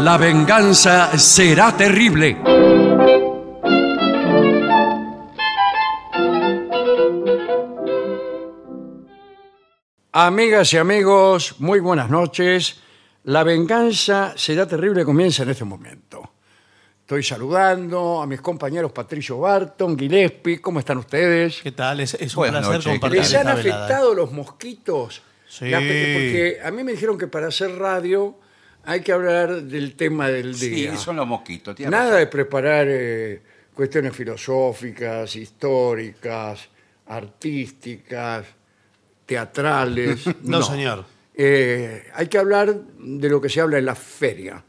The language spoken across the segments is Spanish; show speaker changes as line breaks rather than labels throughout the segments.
La venganza será terrible. Amigas y amigos, muy buenas noches. La venganza será terrible comienza en este momento. Estoy saludando a mis compañeros Patricio Barton, Gillespie, ¿cómo están ustedes?
¿Qué tal? Es, es un
Buenas
placer
noches,
compartir
¿qué
¿Les
tal?
esta
han
velada.
afectado los mosquitos?
Sí.
La pe- porque a mí me dijeron que para hacer radio hay que hablar del tema del
Sí,
día.
son los mosquitos. tienes
Nada
razón.
de preparar eh, cuestiones filosóficas, históricas, artísticas, teatrales.
No, señor.
Eh, hay que hablar de lo que se habla en la feria.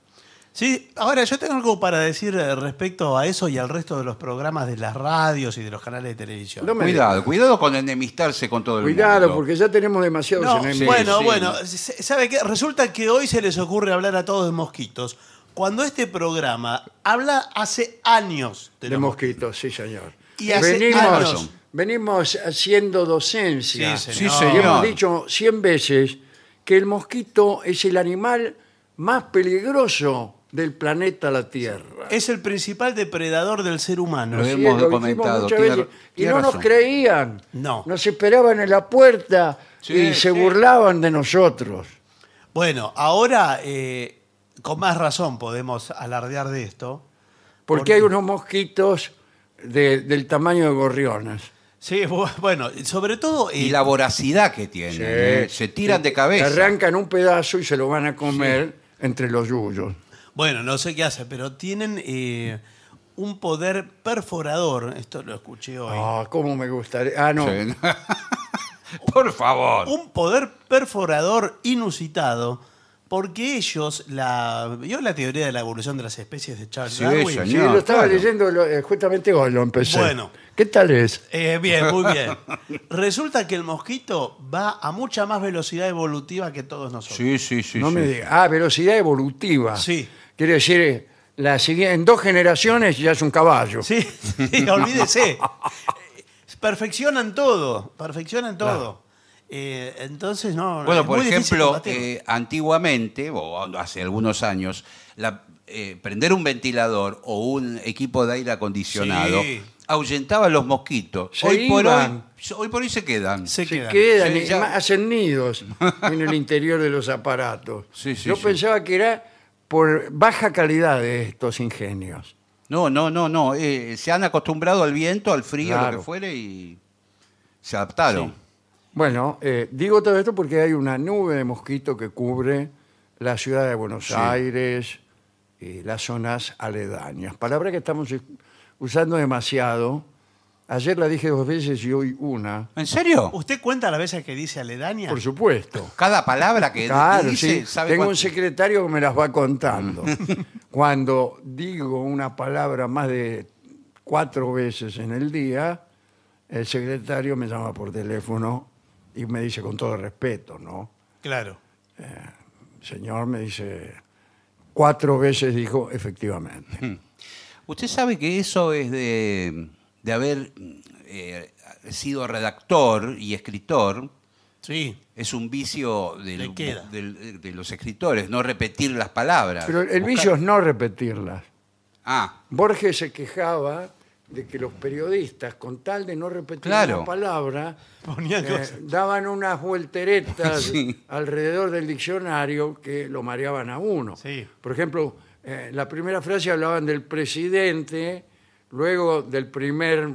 Sí, ahora yo tengo algo para decir eh, respecto a eso y al resto de los programas de las radios y de los canales de televisión.
No me
Cuidado, cuidado con enemistarse con todo el
Cuidado,
mundo.
porque ya tenemos demasiados
No,
enemigos.
bueno,
sí.
bueno, s- ¿sabe qué? Resulta que hoy se les ocurre hablar a todos de mosquitos. Cuando este programa habla hace años de
De
los
mosquitos, sí, señor.
Y hace
años.
venimos haciendo docencia.
Sí,
Sí,
No.
señor.
Y hemos dicho 100 veces que el mosquito es el animal más peligroso del planeta la Tierra.
mosquitos. Es el principal depredador del ser humano.
Lo
Así es,
hemos
dijimos
comentado,
muchas
tiene-
veces. y
tiene
no nos
razón.
creían.
No.
Nos esperaban en la puerta
Sí,
y se
sí.
burlaban de nosotros.
Bueno, ahora eh, con más razón podemos alardear de esto.
Porque
Porque-
hay unos mosquitos de- del tamaño de gorriones.
Sí, bu- bueno, sobre todo... eh,
Y la voracidad que tienen. ¿eh? Se tiran de cabeza.
Arrancan un pedazo y se lo van a comer entre los yuyos.
Bueno, no sé qué hace, pero tienen eh, un poder perforador. Esto lo escuché hoy.
Ah, cómo me gustaría. Ah, no.
Sí. Por favor.
Un poder perforador inusitado. Porque ellos, la, ¿vio la teoría de la evolución de las especies de Charles
Sí,
Darwin?
señor.
Sí, lo estaba
claro.
leyendo lo- eh, justamente hoy, lo empecé.
Bueno.
¿Qué tal es?
Eh, bien, muy bien. Resulta que el mosquito va a mucha más velocidad evolutiva que todos nosotros.
Sí, sí, sí.
no
sí.
me diga. Ah, velocidad evolutiva.
Sí.
Quiere decir, eh, la siguiente, en dos generaciones ya es un caballo.
Sí, sí, olvídese. Perfeccionan todo, perfeccionan todo. Eh, entonces, no.
Bueno,
es
por
muy difícil
ejemplo,
combatirlo.
eh, antiguamente, o hace algunos años, la- eh, prender un ventilador o un equipo de aire acondicionado
Sí.
ahuyentaba a los mosquitos.
Se
hoy por hoy,
iban.
hoy por hoy se quedan.
Se
Se
quedan.
quedan,
Sí,
y
ya.
ma- hacen nidos en el interior de los aparatos.
Sí, sí,
Yo
sí.
pensaba que era por baja calidad de estos ingenios.
No, no, no, no. eh, se han acostumbrado al viento, al frío, a lo
Claro.
que fuere y se adaptaron.
Bueno, eh, digo todo esto porque hay una nube de mosquito que cubre la ciudad de Buenos Aires y las zonas aledañas. Palabra que estamos eh, usando demasiado. Ayer la dije dos veces y hoy una,
¿En serio?
¿Usted cuenta las veces que dice aledaña?
por supuesto.
Cada palabra que
Claro,
dice,
sí.
sabe
Tengo un
cuánto-
secretario que me las va contando. Cuando digo una palabra más de cuatro veces en el día, el secretario me llama por teléfono y me dice con todo respeto, ¿no?
Claro.
señor me dice, cuatro veces dijo efectivamente.
Usted sabe que eso es de, de haber eh, sido redactor y escritor.
Sí.
Es un vicio del-
Le queda.
del- de los escritores, no repetir las palabras.
Pero el
Buscar-
vicio es no repetirlas.
Ah,
Borges se quejaba de que los periodistas, con tal de no repetir
Claro.
una palabra,
Ponía
eh,
cosas.
daban unas volteretas
Sí.
alrededor del diccionario que lo mareaban a uno.
Sí.
Por ejemplo, eh, la primera frase hablaban del presidente, luego del primer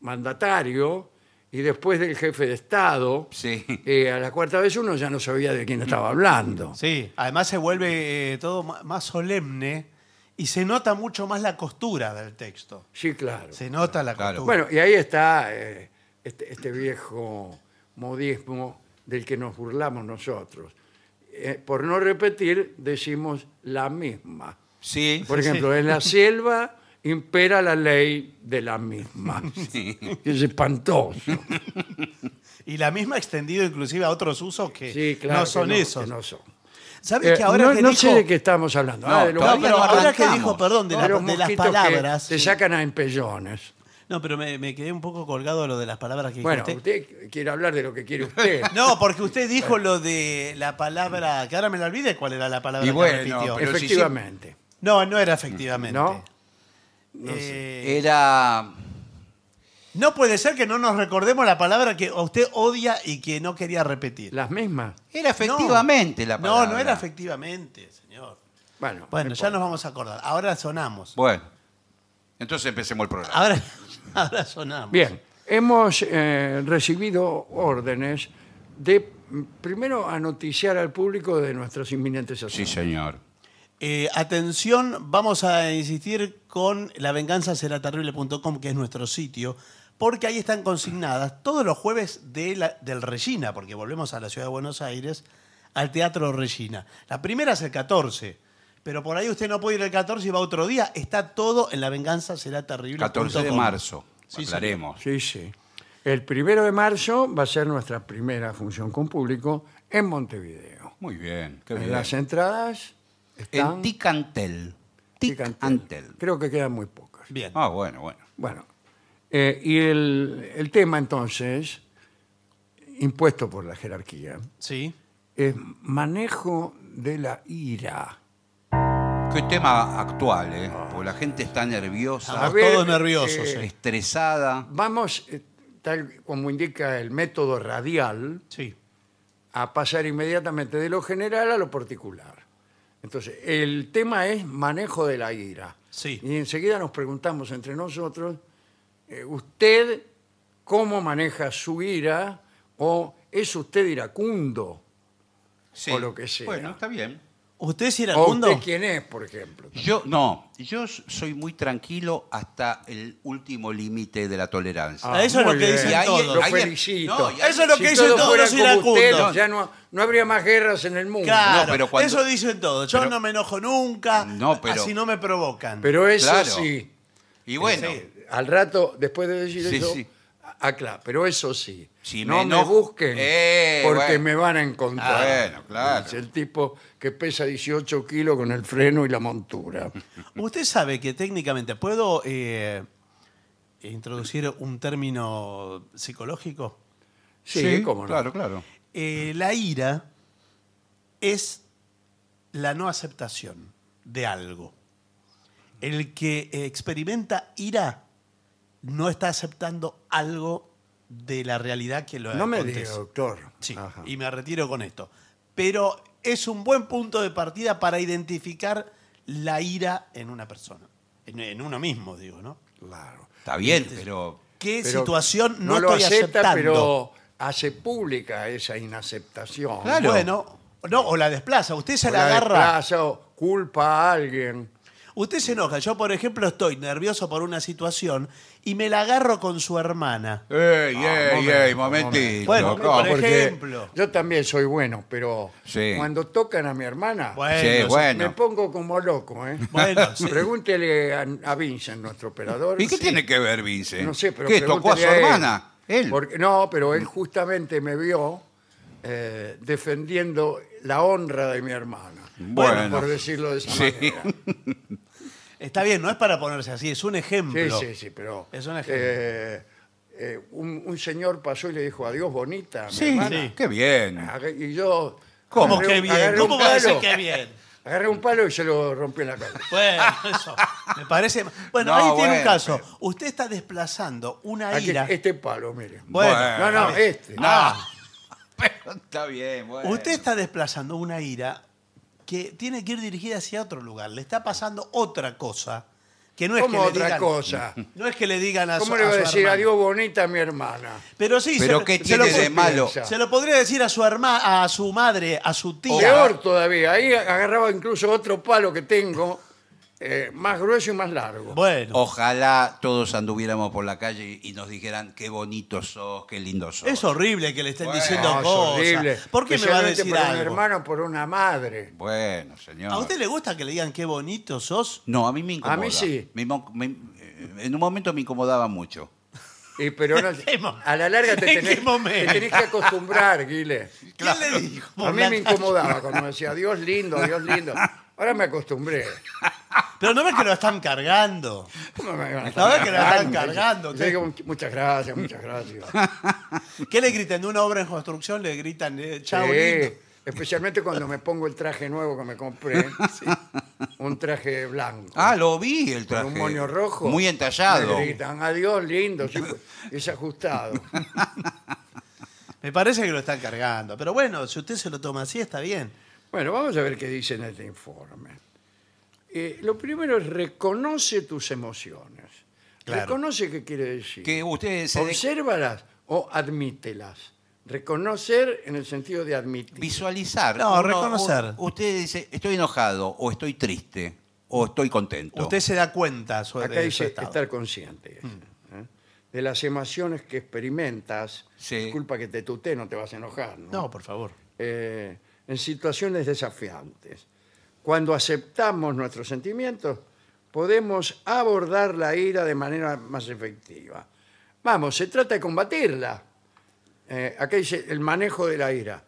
mandatario y después del jefe de Estado.
sí.
Eh, a la cuarta vez uno ya no sabía de quién estaba hablando.
Sí. Además se vuelve eh, todo ma- más solemne y se nota mucho más la costura del texto.
Sí, claro.
Se nota la
Claro.
costura.
Bueno, y ahí está eh, este, este viejo modismo del que nos burlamos nosotros. Eh, por no repetir, decimos la misma.
Sí.
Por ejemplo, en la selva impera la ley de la misma. Es espantoso.
Y la misma extendido inclusive a otros usos que
Sí, claro
no son
que
esos.
que no son.
¿Sabe
Eh,
que ahora
no
que
no
dijo-
sé de qué estamos hablando.
No,
Ah, de los Ah,
No,
Todavía
pero
no
ahora que
arrancamos.
dijo, perdón, de,
de
la-
los
de las
mosquitos que
palabras.
Te
sí.
sacan a empellones.
No, pero me, me quedé un poco colgado lo de las palabras que
Bueno,
dijiste.
usted quiere hablar de lo que quiere usted.
No, porque usted dijo lo de la palabra, que ahora me la olvidé cuál era la palabra
Y
que
bueno,
repitió.
pero- si sí-
Efectivamente.
No, no era efectivamente.
¿No?
Eh,
Era.
no puede ser que no nos recordemos la palabra que a usted odia y que no quería repetir.
Las mismas.
Era efectivamente la palabra.
No, no era efectivamente, señor.
Bueno,
Bueno,
no
ya
importa.
nos vamos a acordar. Ahora sonamos.
Bueno, entonces empecemos el programa.
Ahora, ahora sonamos.
Bien, hemos eh, recibido órdenes de mm, primero a noticiar al público de nuestras inminentes
Sí,
acciones.
señor.
Eh, atención, vamos a insistir con lavenganzaseraterrible.com, que es nuestro sitio, porque ahí están consignadas todos los jueves de la- del Regina, porque volvemos a la ciudad de Buenos Aires, al Teatro Regina. La primera es el 14, pero por ahí usted no puede ir el 14 y va otro día. Está todo en lavenganzaseraterrible.com.
14 de marzo.
Sí,
hablaremos.
Sí, sí. El primero de marzo va a ser nuestra primera función con público en Montevideo.
Muy bien. qué bien.
Las entradas están
En Ticantel.
Ticantel.
Ticantel.
Creo que quedan muy pocas.
Bien.
Ah, bueno, bueno.
Bueno, eh, y el, el tema entonces, impuesto por la jerarquía,
Sí.
es manejo de la ira.
Qué tema actual, ¿eh? Porque la gente está nerviosa,
A
Estamos
ver,
todos nerviosos.
eh,
eh.
estresada.
Vamos, eh, tal como indica el método radial,
Sí.
a pasar inmediatamente de lo general a lo particular. Entonces, el tema es manejo de la ira.
Sí.
Y enseguida nos preguntamos entre nosotros, eh, ¿usted cómo maneja su ira? ¿O es usted iracundo?
Sí.
o lo que sea.
Bueno, está bien.
¿Usted es
¿O
iracundo?
usted quién es, por ejemplo?
Yo, no, yo soy muy tranquilo hasta el último límite de la tolerancia.
Ah, eso es
muy
lo que dicen
Y ahí-
todos.
Lo
ahí-
felicito.
no, y ahí-
Eso es lo
Si
que dicen
todos
todos
fueran
los
como usted,
iracundos.
ya no, no habría más guerras en el mundo.
Claro,
Eh, No, pero cuando-
eso dicen todos. Yo
pero-
no me enojo nunca,
No, pero-
así no me provocan.
Pero eso
Claro.
sí,
Y bueno,
al rato, después de decir
Sí,
eso,
sí.
aclaro, pero eso sí,
Si
no
me
me,
enojo-
busquen
Eh,
porque
bueno.
me van a encontrar.
Ah, bueno, claro.
Es el tipo que pesa 18 kilos con el freno y la montura.
Usted sabe que técnicamente puedo eh, introducir un término psicológico.
Sí, cómo no.
claro, claro.
Eh, la ira es la no aceptación de algo. El que eh, experimenta ira no está aceptando algo de la realidad que lo
No me
acontece.
diga, doctor.
Sí,
Ajá.
y me retiro con esto. Pero es un buen punto de partida para identificar la ira en una persona. En, en uno mismo, digo, ¿no?
Claro.
Está bien, pero
¿Qué
Pero
situación no,
lo
estoy
acepta,
aceptando?
pero hace pública esa inaceptación.
Claro.
Bueno, no, o la desplaza. Usted se
O
la,
la
agarra.
desplaza, o culpa a alguien.
Usted se enoja. Yo, por ejemplo, estoy nervioso por una situación y me la agarro con su hermana.
¡Ey,
Ah,
ey,
momento,
ey! Momentito.
Bueno,
¿cómo?
por
Porque
ejemplo.
Yo también soy bueno, pero
Sí.
cuando tocan a mi hermana,
Sí,
Bueno,
bueno.
me pongo como loco. ¿eh?
Bueno, sí.
Pregúntele a, a Vincent, nuestro operador.
¿Y qué
Sí.
tiene que ver, Vince?
No sé, pero
¿Qué, tocó a su
pregúntele él.
hermana? Él.
Porque- no, pero él justamente me vio eh, defendiendo la honra de mi hermana.
Bueno.
Por decirlo de esa
Sí.
manera.
Está bien, no es para ponerse así, es un
Sí,
ejemplo.
sí, sí, pero...
Es un ejemplo.
eh, eh, un, un señor pasó y le dijo adiós bonita a mi
Sí,
hermana.
qué bien.
Agarré- Y yo...
¿Cómo?
agarré
Oh, qué
un- agarré
bien?
un
¿Cómo va a decir
palo-
qué bien?
Agarré un palo y se lo rompí en la cabeza.
Bueno, eso. Me parece. Bueno,
No,
ahí tiene un
bueno,
caso. Usted está desplazando una
Aquí-
ira.
este palo, mire.
Bueno,
no, no, este.
No. Ah.
Ah.
Pero está bien, bueno.
Usted está desplazando una ira que tiene que ir dirigida hacia otro lugar. Le está pasando otra cosa que no es
¿Cómo
que le
otra
digan,
cosa?
No es que le digan a su
¿Cómo le
a
voy a
su
decir
hermana.
adiós bonita a mi hermana?
Pero sí,
Pero
se,
qué
se
tiene
lo,
de malo.
piensa.
se lo podría decir a su hermana, a su madre, a su tía.
Peor todavía. Ahí agarraba incluso otro palo que tengo, eh, más grueso y más largo.
Bueno,
Ojalá todos anduviéramos por la calle y nos dijeran qué bonito sos, qué lindo sos.
es horrible que le estén
Bueno,
diciendo
No, es
cosas.
horrible.
¿Por qué me va a
Especialmente
decir
por
algo?
un hermano, por una madre.
Bueno, señor.
¿A usted le gusta que le digan qué bonito sos?
No, a mí me incomoda.
A mí sí.
Me mo- me- eh, en un momento me incomodaba mucho.
Y, pero no-
qué momento?
a la larga te
¿En
tenés,
qué momento?
te tenés que acostumbrar, Guile.
¿Quién le dijo?
A mí
La
me
calle.
incomodaba cuando me decía, Dios lindo, Dios lindo. Ahora me acostumbré.
Pero no ves que lo están cargando.
¿Cómo me van a
No, es que la están
cargando?
cargando,
Dice, Muchas gracias, muchas gracias.
¿Qué le gritan? De una obra en construcción le gritan, eh, chao,
Sí,
lindo.
especialmente cuando me pongo el traje nuevo que me compré. Un traje blanco.
Ah, lo vi el
con
traje.
un moño rojo.
Muy entallado.
Me gritan, adiós, lindo. sí, pues, Es ajustado.
Me parece que lo están cargando. Pero bueno, si usted se lo toma así, está bien.
Bueno, vamos a ver qué dice en este informe. Eh, lo primero es reconoce tus emociones.
Claro.
Reconoce qué quiere decir.
Que usted se de-
Obsérvalas o admítelas. Reconocer en el sentido de admitir.
visualizar.
No, reconocer.
u- Usted dice, estoy enojado, o estoy triste, o estoy contento.
Usted se da cuenta sobre
Acá
su
dice
estado.
estar consciente.
Mm.
¿eh? De las emociones que experimentas.
Sí.
Disculpa que te tuté, no te vas a enojar. ¿no?
No, por favor.
eh, en situaciones desafiantes. Cuando aceptamos nuestros sentimientos, podemos abordar la ira de manera más efectiva. Vamos, se trata de combatirla. Eh, acá dice el manejo de la ira.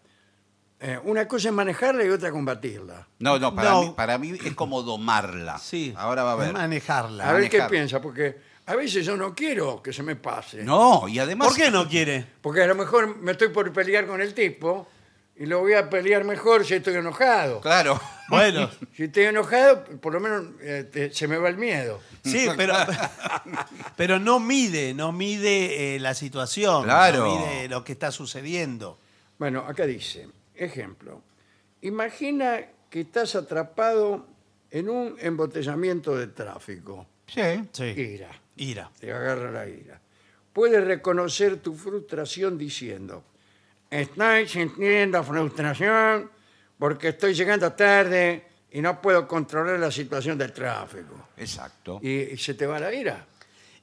Eh, una cosa es manejarla y otra combatirla.
No, no, para,
No.
Mí, para mí es como domarla.
Sí.
Ahora va a ver.
Manejarla.
A ver qué
manejar.
piensa, porque a veces yo no quiero que se me pase.
No, y además.
¿Por qué no quiere?
Porque a lo mejor me estoy por pelear con el tipo y lo voy a pelear mejor si estoy enojado.
Claro.
Bueno,
Si estoy enojado, por lo menos eh, te- se me va el miedo.
sí, pero, pero no mide, no mide eh, la situación.
Claro.
No mide lo que está sucediendo.
Bueno, acá dice, ejemplo, imagina que estás atrapado en un embotellamiento de tráfico.
Sí.
Sí.
Ira,
Ira.
te agarra la ira. Puedes reconocer tu frustración diciendo, estoy sintiendo frustración porque estoy llegando tarde y no puedo controlar la situación del tráfico.
Exacto.
Y, y se te va la ira.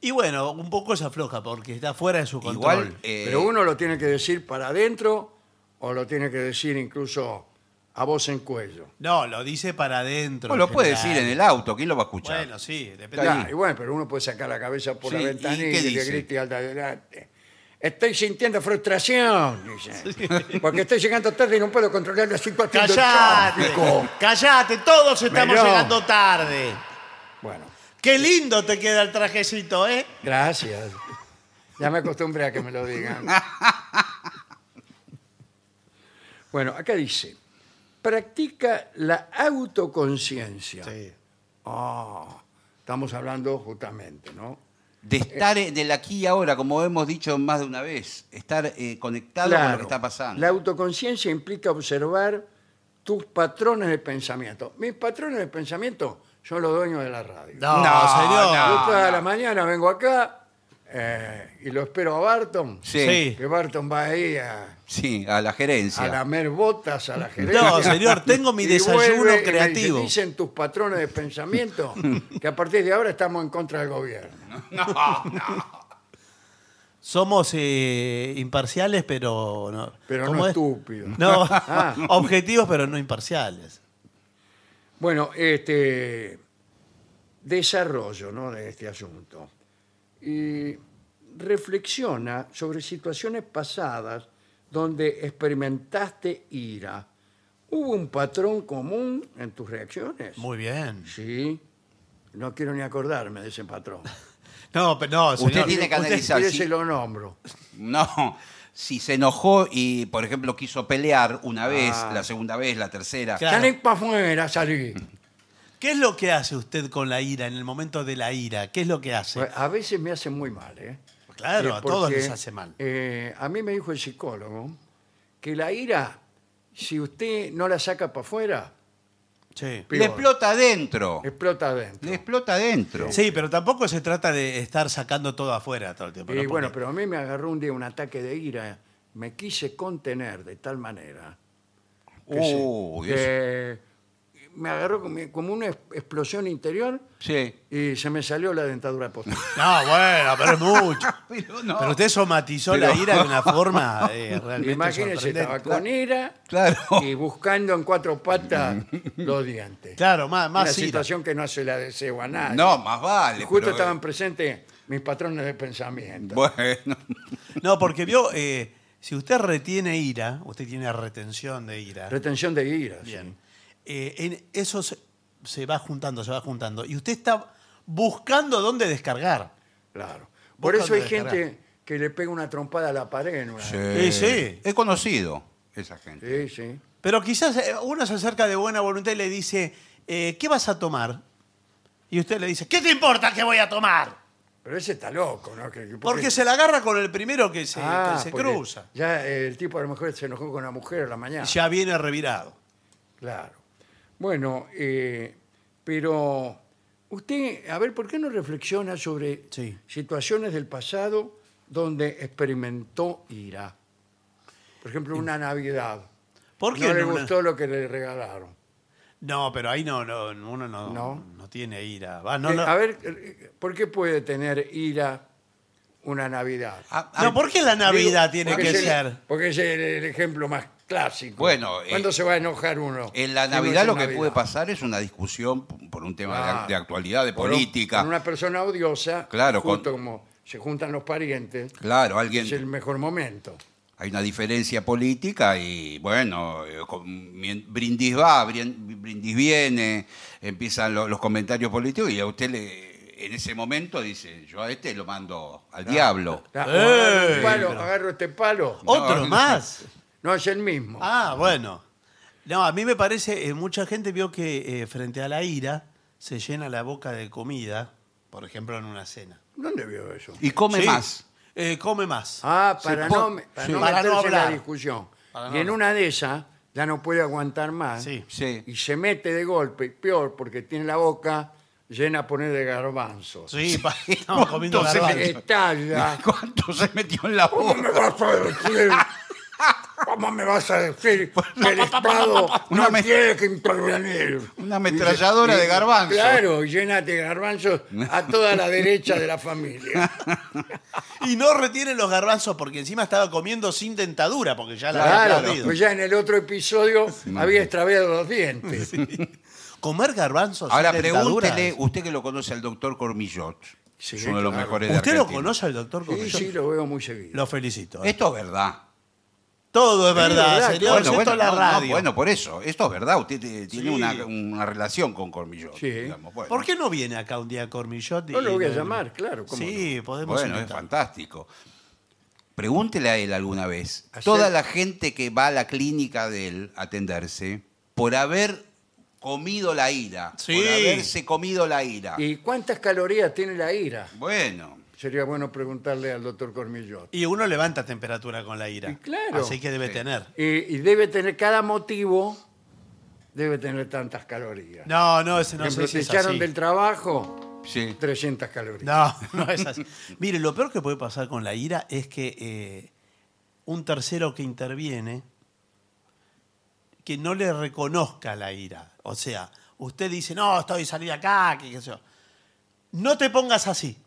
Y bueno, un poco se afloja porque está fuera de su control.
Igual. eh,
Pero uno lo tiene que decir para adentro o lo tiene que decir incluso a voz en cuello.
No, lo dice para adentro.
no
en
lo puede
general.
decir en el auto, ¿quién lo va a escuchar?
Bueno, sí, depende.
Ya, y bueno, pero uno puede sacar la cabeza por
Sí,
la
¿y
ventanilla
qué
y que
dice?
grite al de adelante. Estoy sintiendo frustración, dice. Porque estoy llegando tarde y no puedo controlar la situación del
¡Callate!
tráfico.
¡Callate! Todos estamos
Melón.
llegando tarde.
Bueno,
¡Qué lindo te queda el trajecito, eh!
gracias. Ya me acostumbré a que me lo digan. Bueno, acá dice, practica la autoconciencia. Ah, estamos hablando justamente, ¿no?
De estar en el aquí y ahora, como hemos dicho más de una vez. Estar eh, conectado con lo que
Claro.
está pasando.
La autoconciencia implica observar tus patrones de pensamiento. Mis patrones de pensamiento son los dueños de la radio.
No,
No,
señor.
Yo
no.
toda la mañana vengo acá eh, y lo espero a Barton.
Sí.
Sí.
Que Barton va ahí a,
Sí, a la gerencia.
a lamer botas, a la gerencia.
No, señor, tengo mi
Y
desayuno
vuelve y me
creativo.
dice, dicen tus patrones de pensamiento que a partir de ahora estamos en contra del gobierno.
Somos eh, imparciales, pero no.
Pero
¿cómo
no
es?
estúpidos.
No,
Ah.
objetivos, pero no imparciales.
Bueno, este desarrollo ¿no? de este asunto. Y reflexiona sobre situaciones pasadas donde experimentaste ira. ¿Hubo un patrón común en tus reacciones?
Muy bien.
Sí. No quiero ni acordarme de ese patrón.
No, pero no,
Usted
señor.
tiene que analizar.
Usted
sí.
se lo nombro.
No, si se enojó y, por ejemplo, quiso pelear una vez,
Ah.
la segunda vez, la tercera.
Claro.
Salí para afuera, salí.
¿Qué es lo que hace usted con la ira en el momento de la ira? ¿Qué es lo que hace?
Pues, A veces me hacen muy mal, ¿eh?
Pues claro,
Eh,
a todos
porque,
les hace mal.
eh, a mí me dijo el psicólogo que la ira, si usted no la saca para afuera,
Sí.
Le
peor.
explota adentro.
explota adentro.
Le explota adentro.
Sí, pero tampoco se trata de estar sacando todo afuera todo el tiempo.
y
¿no?
bueno,
Porque-
pero a mí me agarró un día un ataque de ira, me quise contener de tal manera que, Eh. se-
Uy, eso-
que me agarró como, como una es- explosión interior
sí.
y se me salió la dentadura posterior.
No, bueno, pero es mucho.
Pero no.
Pero usted somatizó
Pero-
la ira de una forma eh, realmente
Imagínense,
sorprendente. Oh.
estaba con ira
Claro.
y buscando en cuatro patas los dientes.
Claro, más,
una
más ira.
situación que no se la deseo a nadie.
No, más vale.
Y Justo
pero-
eh,
eh,
estaban presentes mis patrones de pensamiento.
Bueno,
No, porque vio, eh, si usted retiene ira, usted tiene retención de ira.
Retención de ira. sí.
Bien. Eh, en- eso se- se va juntando, se va juntando. Y usted está buscando dónde descargar.
Claro. Por
Busca
eso hay
dónde
gente que le pega una trompada a la pared. ¿no?
Sí, sí.
He eh, conocido esa gente.
Sí, sí.
Pero quizás eh, uno se acerca de buena voluntad y le dice, eh, ¿qué vas a tomar? Y usted le dice, ¿qué te importa qué voy a tomar?
Pero ese está loco, ¿no? Que- que-
Porque se la agarra con el primero que se,
Ah,
que se
porque
cruza.
Ya eh, el tipo a lo mejor se enojó con la mujer a la mañana.
Ya viene revirado.
Claro. Bueno, eh, pero usted, a ver, ¿por qué no reflexiona sobre
Sí.
situaciones del pasado donde experimentó ira? Por ejemplo, una Navidad.
¿Por qué
no le
en una-
gustó lo que le regalaron.
No, pero ahí no, no uno no,
No.
no tiene ira. Va, no,
Eh,
no.
A ver, eh, ¿por qué puede tener ira una Navidad?
Ah, ah,
No, ¿por qué la Navidad tiene
Porque
que
es el-
ser?
Porque es el, el ejemplo más clásico.
Bueno, eh,
¿Cuándo se va a enojar uno?
En la
Si uno
Navidad
es
lo que
Navidad.
puede pasar es una discusión por un tema de-
Ah.
de, actualidad, de
Por un-
política.
Con una persona odiosa,
Claro,
justo
con-
como se juntan los parientes,
Claro,
es el
alguien
mejor momento.
hay una diferencia política y bueno, eh, con- mien- brindis va, brien- brindis viene, empiezan lo- los comentarios políticos y a usted le, en ese momento dice, yo a este lo mando al diablo.
Ya,
¡Eh!
o agarro, un palo,
Pero-
agarro este palo.
Otro
no.
más.
No es el mismo.
Ah, bueno. No, a mí me parece, eh, mucha gente vio que eh, frente a la ira se llena la boca de comida, por ejemplo, en una cena.
¿Dónde vio eso?
Y come
Sí.
más.
Eh, come más.
Ah, para
Sí,
no,
por-
me- para
sí.
no
Para no
meterse en la
hablar.
discusión.
Para
y
no
en
hablar.
una de esas ya no puede aguantar más.
Sí.
Sí.
Y se mete de golpe, y peor, porque tiene la boca llena a poner de garbanzos.
Sí, pa- no, comiendo
Entonces,
garbanzo.
eh. Estalla.
¿Cuánto se metió en la
¿Cómo me
boca?
vas a decir? ¿Cómo me vas a decir
Pues,
que el Estado
Una
no
me-
tiene que intervenir?
Una ametralladora de garbanzos.
Claro, llénate de garbanzos a toda la derecha de la familia.
Y no retiene los garbanzos porque encima estaba comiendo sin dentadura, porque ya la había
Claro,
perdido.
pues ya en el otro episodio había extraviado los dientes.
Comer garbanzos
Ahora
sin dentadura.
pregúntele, usted que lo conoce al doctor Cormillot,
Sí,
es uno de los
claro.
mejores de
¿Usted lo
Argentina.
conoce al doctor
Sí,
Cormillón?
sí, lo veo muy seguido.
Lo felicito. ¿eh?
Esto es verdad.
Todo es verdad,
verdad,
señor.
bueno,
excepto la
no, no,
radio.
bueno, por eso, esto es verdad. Usted eh, tiene
Sí.
una, una relación con Cormillot.
Sí.
digamos. Bueno,
¿Por qué no viene acá un día Cormillot? y
No lo voy a
no-
llamar, claro. cómo
Sí, podemos
bueno, es
intentar.
fantástico. Pregúntele a él alguna vez.
Ayer-
Toda la gente que va a la clínica de él a atenderse por haber comido la ira.
Sí.
Por haberse comido la ira.
no. ¿Y cuántas calorías tiene la ira?
Bueno,
Sería bueno preguntarle al doctor Cormillot.
Y uno levanta temperatura con la ira.
Y claro.
Así que debe
Sí.
tener.
Y, y debe tener cada motivo, debe tener tantas calorías.
No, no, ese
Por
no
ejemplo,
sé si
te
es
echaron
así.
del trabajo,
sí.
300 calorías.
No, no es así. Mire, lo peor que puede pasar con la ira es que eh, un tercero que interviene que no le reconozca la ira. O sea, usted dice, no, estoy salida acá, que qué sé yo. No te pongas así.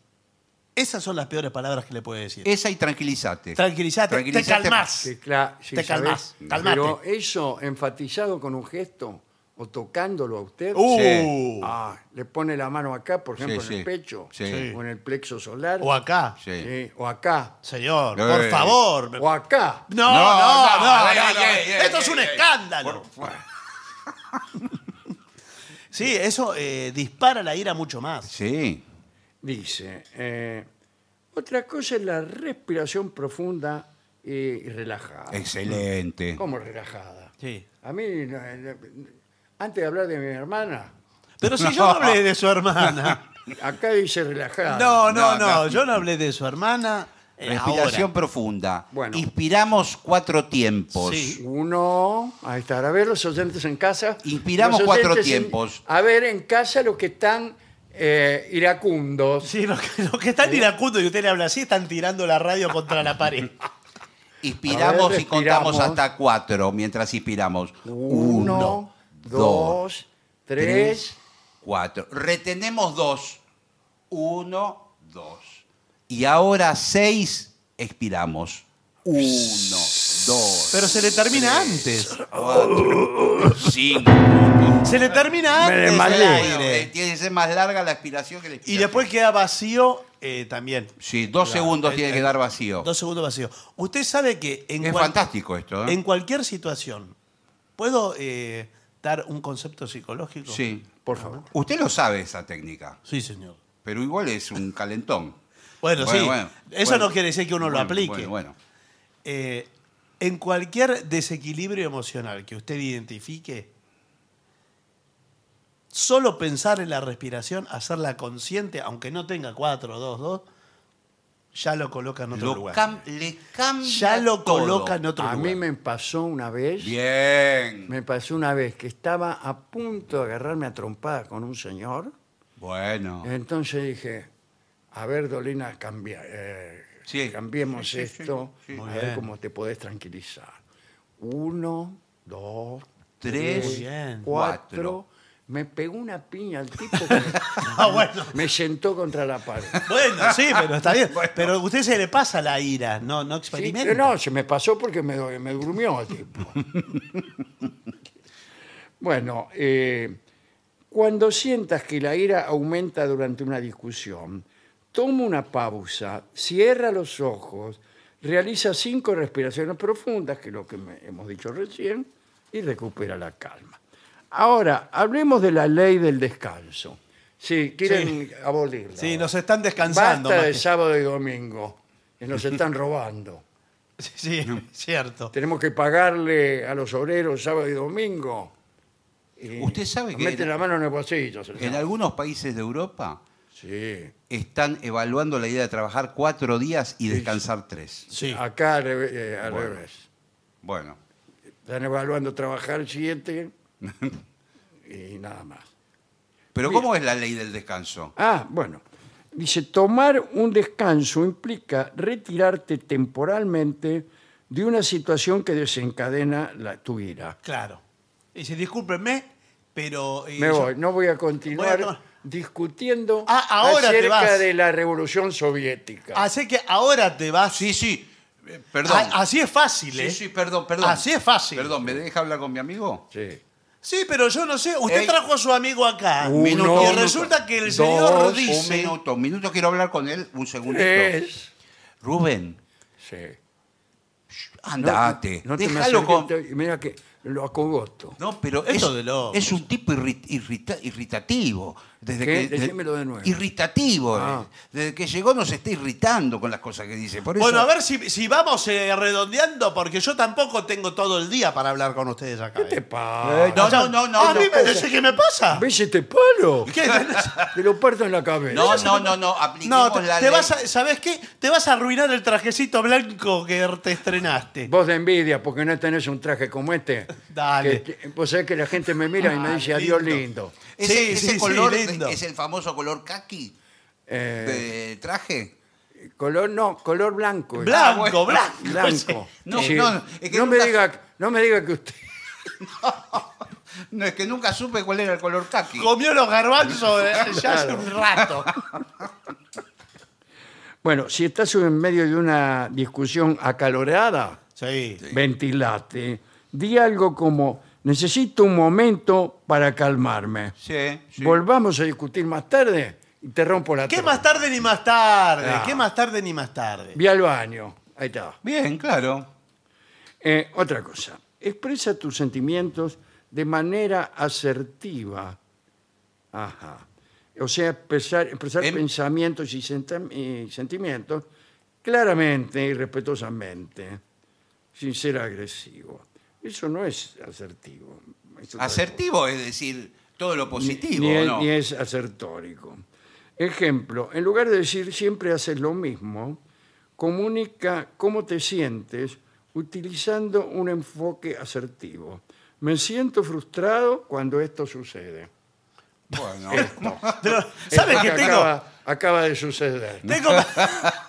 Esas son las peores palabras que le puede decir.
Esa y tranquilízate.
Tranquilizate,
Eh,
te
Tranquilízate.
calmás.
Que cla- sí,
Te calmás,
¿sabés?
calmate.
Pero eso, enfatizado con un gesto o tocándolo a usted,
Uh,
ah, le pone la mano acá, por ejemplo,
Sí,
en el
sí.
pecho,
Sí.
o en el plexo solar,
O acá.
Sí.
sí, o acá,
Señor,
Eh.
por favor.
o acá.
No, no, no, no,
ey,
no.
ey, ey,
Esto
ey,
es un
ey.
escándalo.
Por-
Sí, eso eh, dispara la ira mucho más.
Sí.
Dice, eh, otra cosa es la respiración profunda eh, y relajada.
Excelente.
¿Cómo relajada?
Sí.
A mí, no, no, antes de hablar de mi hermana,
Pero si yo no hablé de su hermana.
acá dice relajada.
No, no,
No,
no,
no.
yo no hablé de su hermana. eh,
Respiración
ahora.
profunda.
Bueno.
Inspiramos cuatro tiempos.
Sí.
Uno, ahí está. A ver, los oyentes en casa.
Inspiramos
Los oyentes
cuatro
en-
tiempos.
a ver, en casa los que están eh, iracundos.
Sí, los que, los que están iracundos y usted le habla así están tirando la radio contra la pared.
Inspiramos
A ver,
y contamos
respiramos.
hasta cuatro mientras inspiramos.
Uno, dos, tres.
cuatro. Retenemos dos. Uno, dos. Y ahora seis, expiramos. Uno, dos,
Pero se le termina antes.
cinco.
Se le termina
Me
antes el
desmayé.
Bueno, eh,
aire.
tiene que ser más larga la expiración que la
Y
expiración.
después queda vacío eh, también.
Sí, dos segundos
eh,
tiene
eh,
que dar vacío.
Dos segundos vacío. Usted sabe que en,
Es
cual-
fantástico esto. ¿eh?
en cualquier situación puedo eh, dar un concepto psicológico?
Sí.
Por favor.
Usted lo sabe esa técnica,
Sí, señor.
pero igual es un calentón.
Bueno, sí. Eso no quiere decir que uno lo
Bueno,
aplique.
Bueno, bueno.
Eh, en cualquier desequilibrio emocional que usted identifique, solo pensar en la respiración, hacerla consciente, aunque no tenga 4, 2, 2, ya lo coloca en otro
Lo
lugar.
cam- le cambia
ya lo
todo.
coloca en otro
A
lugar.
mí me pasó una vez.
Bien.
Me pasó una vez que estaba a punto de agarrarme a trompada con un señor.
Bueno.
Entonces dije, a ver, Dolina, cambia, eh,
Sí.
cambiemos
Sí, sí, sí,
esto,
sí.
a
Muy
ver
bien.
cómo te podés tranquilizar. Uno, dos,
Tres,
tres,
bien,
cuatro.
cuatro.
Me pegó una piña al tipo que
Ah, bueno.
me sentó contra la pared.
Bueno, sí, pero está bien. Pero a usted se le pasa la ira, no, no
Sí,
experimenta.
pero no, se me pasó porque me, do- me durmió el tipo. bueno, eh, cuando sientas que la ira aumenta durante una discusión, toma una pausa, cierra los ojos, realiza cinco respiraciones profundas, que es lo que me- hemos dicho recién, y recupera la calma. Ahora, hablemos de la ley del descanso. Sí, quieren abolirla.
Sí,
ahora.
nos están descansando.
Basta
más
de
que-
sábado y domingo, que nos están robando.
Sí, cierto.
Tenemos que pagarle a los obreros sábado y domingo. Y
Usted sabe
nos
que
Meten
en-
la mano en el bolsillo. señor.
En algunos países de Europa
Sí.
están evaluando la idea de trabajar cuatro días y descansar tres.
Sí.
Acá al revés, eh, al
Bueno.
revés.
Bueno.
Están evaluando trabajar siete y nada más.
Pero ¿cómo es la ley del descanso?
Ah, bueno. Dice, tomar un descanso implica retirarte temporalmente de una situación que desencadena la, tu ira.
Claro. Dice, discúlpenme, pero. eh,
Me
yo-
voy, no voy a continuar
Voy a tomar-
discutiendo
Ah, ahora te
acerca
vas.
de la revolución soviética.
Así que ahora te vas.
Sí, sí. eh, Perdón.
A- así es fácil,
sí,
¿eh?
sí, perdón, perdón.
Así es fácil.
Perdón, ¿me deja hablar con mi amigo?
Sí.
Sí, pero yo no sé. Usted
Ey.
trajo a su amigo acá.
Uno,
y
Uh, minuto.
resulta que el
dos,
señor
Un
dice.
minuto, un minuto quiero hablar con él, un segundito.
Eh.
Es.
Rubén,
Sí.
andate.
No te me
Déjalo con.
acerques, te- Mira que lo acogoto.
No, pero
Esto
es,
de locos.
es un tipo irri- irrita- irritativo. Desde
¿Qué?
que, de-
Decímelo de nuevo.
Irritativo.
Ah.
eh. Desde que llegó nos está irritando con las cosas que dice. Por eso,
Bueno, a ver si, si vamos eh, redondeando, porque yo tampoco tengo todo el día para hablar con ustedes acá.
¿Qué te
¿eh?
pasa?
No, no, no, no,
A mí
no.
me dice que me pasa.
¿Ves este palo?
¿Qué?
Te lo parto en la cabeza.
No, no, no, no, apliquemos
No, te,
la
te
ley.
vas a, ¿sabes qué? Te vas a arruinar el trajecito blanco que te estrenaste.
Vos de envidia porque no tenés un traje como este.
Dale.
Que- vos sabés que la gente me mira y me
Ah,
dice, adiós
lindo.
lindo.
Ese,
Sí,
ese
sí, sí,
color
lindo.
es el famoso color kaki
Eh,
de traje.
color no, color blanco. es.
Blanco,
bueno.
blanco.
pues. Ah,
pues,
Blanco.
No,
Sí.
no, es que
No me
nunca-
diga, no me diga que usted.
No, es que nunca supe cuál era el color kaki.
Comió los garbanzos eh, ya hace
Claro.
un rato.
Bueno, si estás en medio de una discusión acalorada,
Sí.
ventilate. Di algo como, necesito un momento para calmarme.
Sí, sí.
Volvamos a discutir más tarde y te rompo la
¿Qué
trompa.
más tarde ni más tarde?
Claro.
¿Qué más tarde ni más tarde?
Vi al baño. Ahí está.
Bien, claro.
Eh, otra cosa. Expresa tus sentimientos de manera asertiva. Ajá. O sea, expresar, expresar
Em-
pensamientos y, sentam- y sentimientos claramente y respetuosamente, sin ser agresivo. Eso no es asertivo. Es otra
Asertivo es decir todo lo positivo,
ni, es-
¿no?
ni es acertórico. Ejemplo, en lugar de decir siempre haces lo mismo, comunica cómo te sientes utilizando un enfoque asertivo. Me siento frustrado cuando esto sucede.
Bueno,
Pero, ¿Sabes
Esto que
qué tengo?
acaba, acaba de suceder.
Tengo,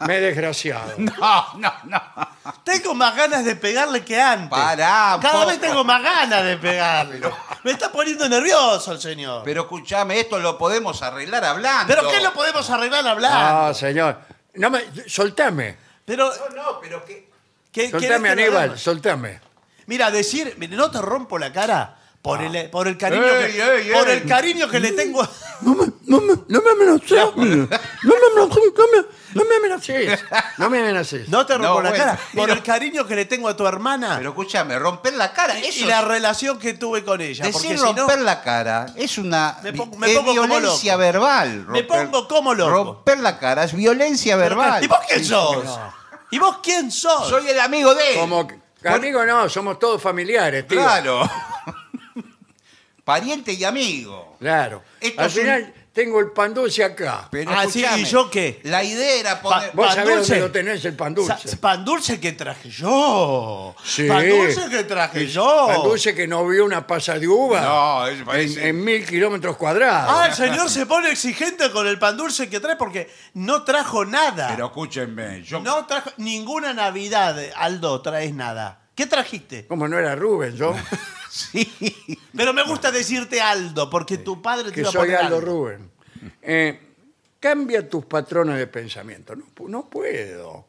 Me he desgraciado.
no, no, no.
tengo más ganas de pegarle que antes.
Pará,
Cada
poco.
vez tengo más ganas de pegarle. Me está poniendo nervioso el señor. Pero,
Pero escúchame, esto lo podemos arreglar hablando.
qué lo podemos arreglar hablando?
No, Ah, señor. No me, soltame.
Pero,
No, no, pero que.
¿qué, querés
Soltame,
que lo
Aníbal.
hagamos?
Soltame.
Mira, decir, mire, no te rompo la cara por el, por el cariño
Ey,
que,
ey,
por
ey.
el cariño que le tengo.
No me, no me, no me amenaces. No, no, no, no me, no me amenaces. No me amenaces.
No te rompo
No,
la
bueno,
cara por
pero-
el cariño que le tengo a tu hermana
Pero escúchame, romper la cara,
y-
eso
y la
es-
relación que tuve con ella. Porque
Decir
si no,
romper la cara es una
Me pongo- me
es
pongo como
violencia
loco.
verbal.
Me pongo como loco.
Romper la cara es violencia
pero-
verbal.
¿Y vos quién sos? ¿Y vos quién sos?
Soy el amigo de él.
Como que- amigo, no, somos todos familiares, tío.
Claro. Pariente y amigo.
Claro.
Esto
Al
es un-
final tengo el pan dulce acá.
Pero
Ah, sí,
escuchame,
¿y yo qué?
La idea era poner.
Pa-
Vos
pan
sabés
dulce.
dónde lo tenés el pan
Sa-
dulce.
Pan dulce que traje yo.
Sí.
Pan dulce que traje yo.
Pan dulce que no vio una pasa de uva
No, eso
en,
parece-
en mil kilómetros cuadrados.
Ah, el señor se pone exigente con el pan dulce que trae porque no trajo nada.
Pero escúchenme, yo
No trajo ninguna Navidad, Aldo, traes nada. ¿Qué trajiste?
Como no era Rubén, yo,
sí.
Pero me gusta decirte Aldo, porque tu padre te
que
iba a
soy
poner
Aldo Rubén. Eh, cambia tus patrones de pensamiento. No, pu- no puedo.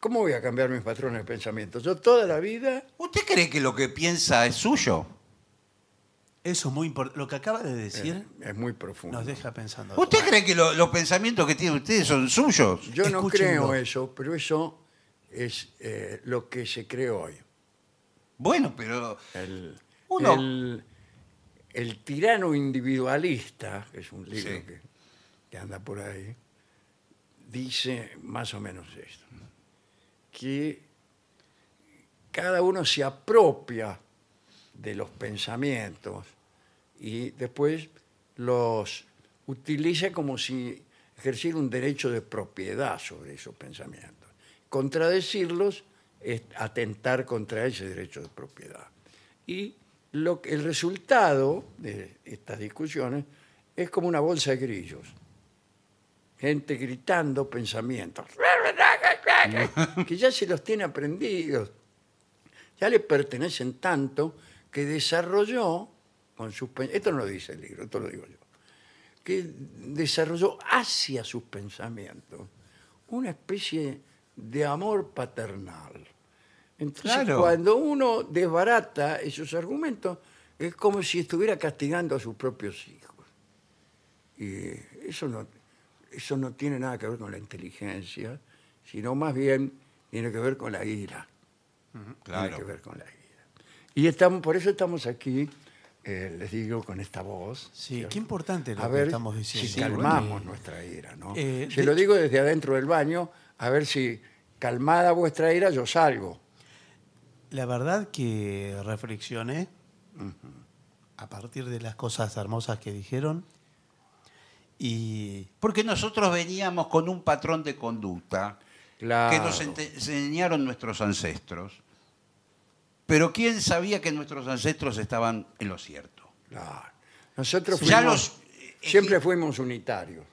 ¿Cómo voy a cambiar mis patrones de pensamiento? Yo toda la vida...
¿Usted cree que lo que piensa es suyo?
Eso es muy importante. Lo que acaba de decir
Eh, es muy profundo.
nos deja pensando.
¿Usted cree que lo- los pensamientos que tienen ustedes son suyos?
Yo no
Escúchenlo.
creo eso, pero eso es eh, lo que se cree hoy.
Bueno, pero
El,
Uno-
el- el tirano individualista, que es un libro
Sí.
que, que anda por ahí, dice más o menos esto, que cada uno se apropia de los pensamientos y después los utiliza como si ejerciera un derecho de propiedad sobre esos pensamientos. Contradecirlos es atentar contra ese derecho de propiedad. Y lo, que- el resultado de estas discusiones es como una bolsa de grillos. Gente gritando pensamientos, que ya se los tiene aprendidos ya le pertenecen tanto que desarrolló con sus pen- esto no lo dice el libro, esto lo digo yo, que desarrolló hacia sus pensamientos una especie de amor paternal. Entonces,
Claro.
cuando uno desbarata esos argumentos, es como si estuviera castigando a sus propios hijos. Y eh, eso no, eso no tiene nada que ver con la inteligencia, sino más bien tiene que ver con la ira tiene que
claro.
ver con la vida. Y estamos, por eso estamos aquí, eh, les digo con esta voz.
Sí,
¿cierto?
qué importante lo
a
que
ver
estamos diciendo.
si
Sí, bueno.
calmamos nuestra ira, ¿no?
Eh,
Se
de
lo
hecho-
digo desde adentro del baño, a ver si calmada vuestra ira yo salgo.
La verdad que reflexioné a partir de las cosas hermosas que dijeron y
Porque nosotros veníamos con un patrón de conducta
Claro.
que nos ente- enseñaron nuestros ancestros. Pero ¿quién sabía que nuestros ancestros estaban en lo cierto?
Claro. Nosotros
Ya
fuimos,
los- eh,
eh,
siempre fuimos unitarios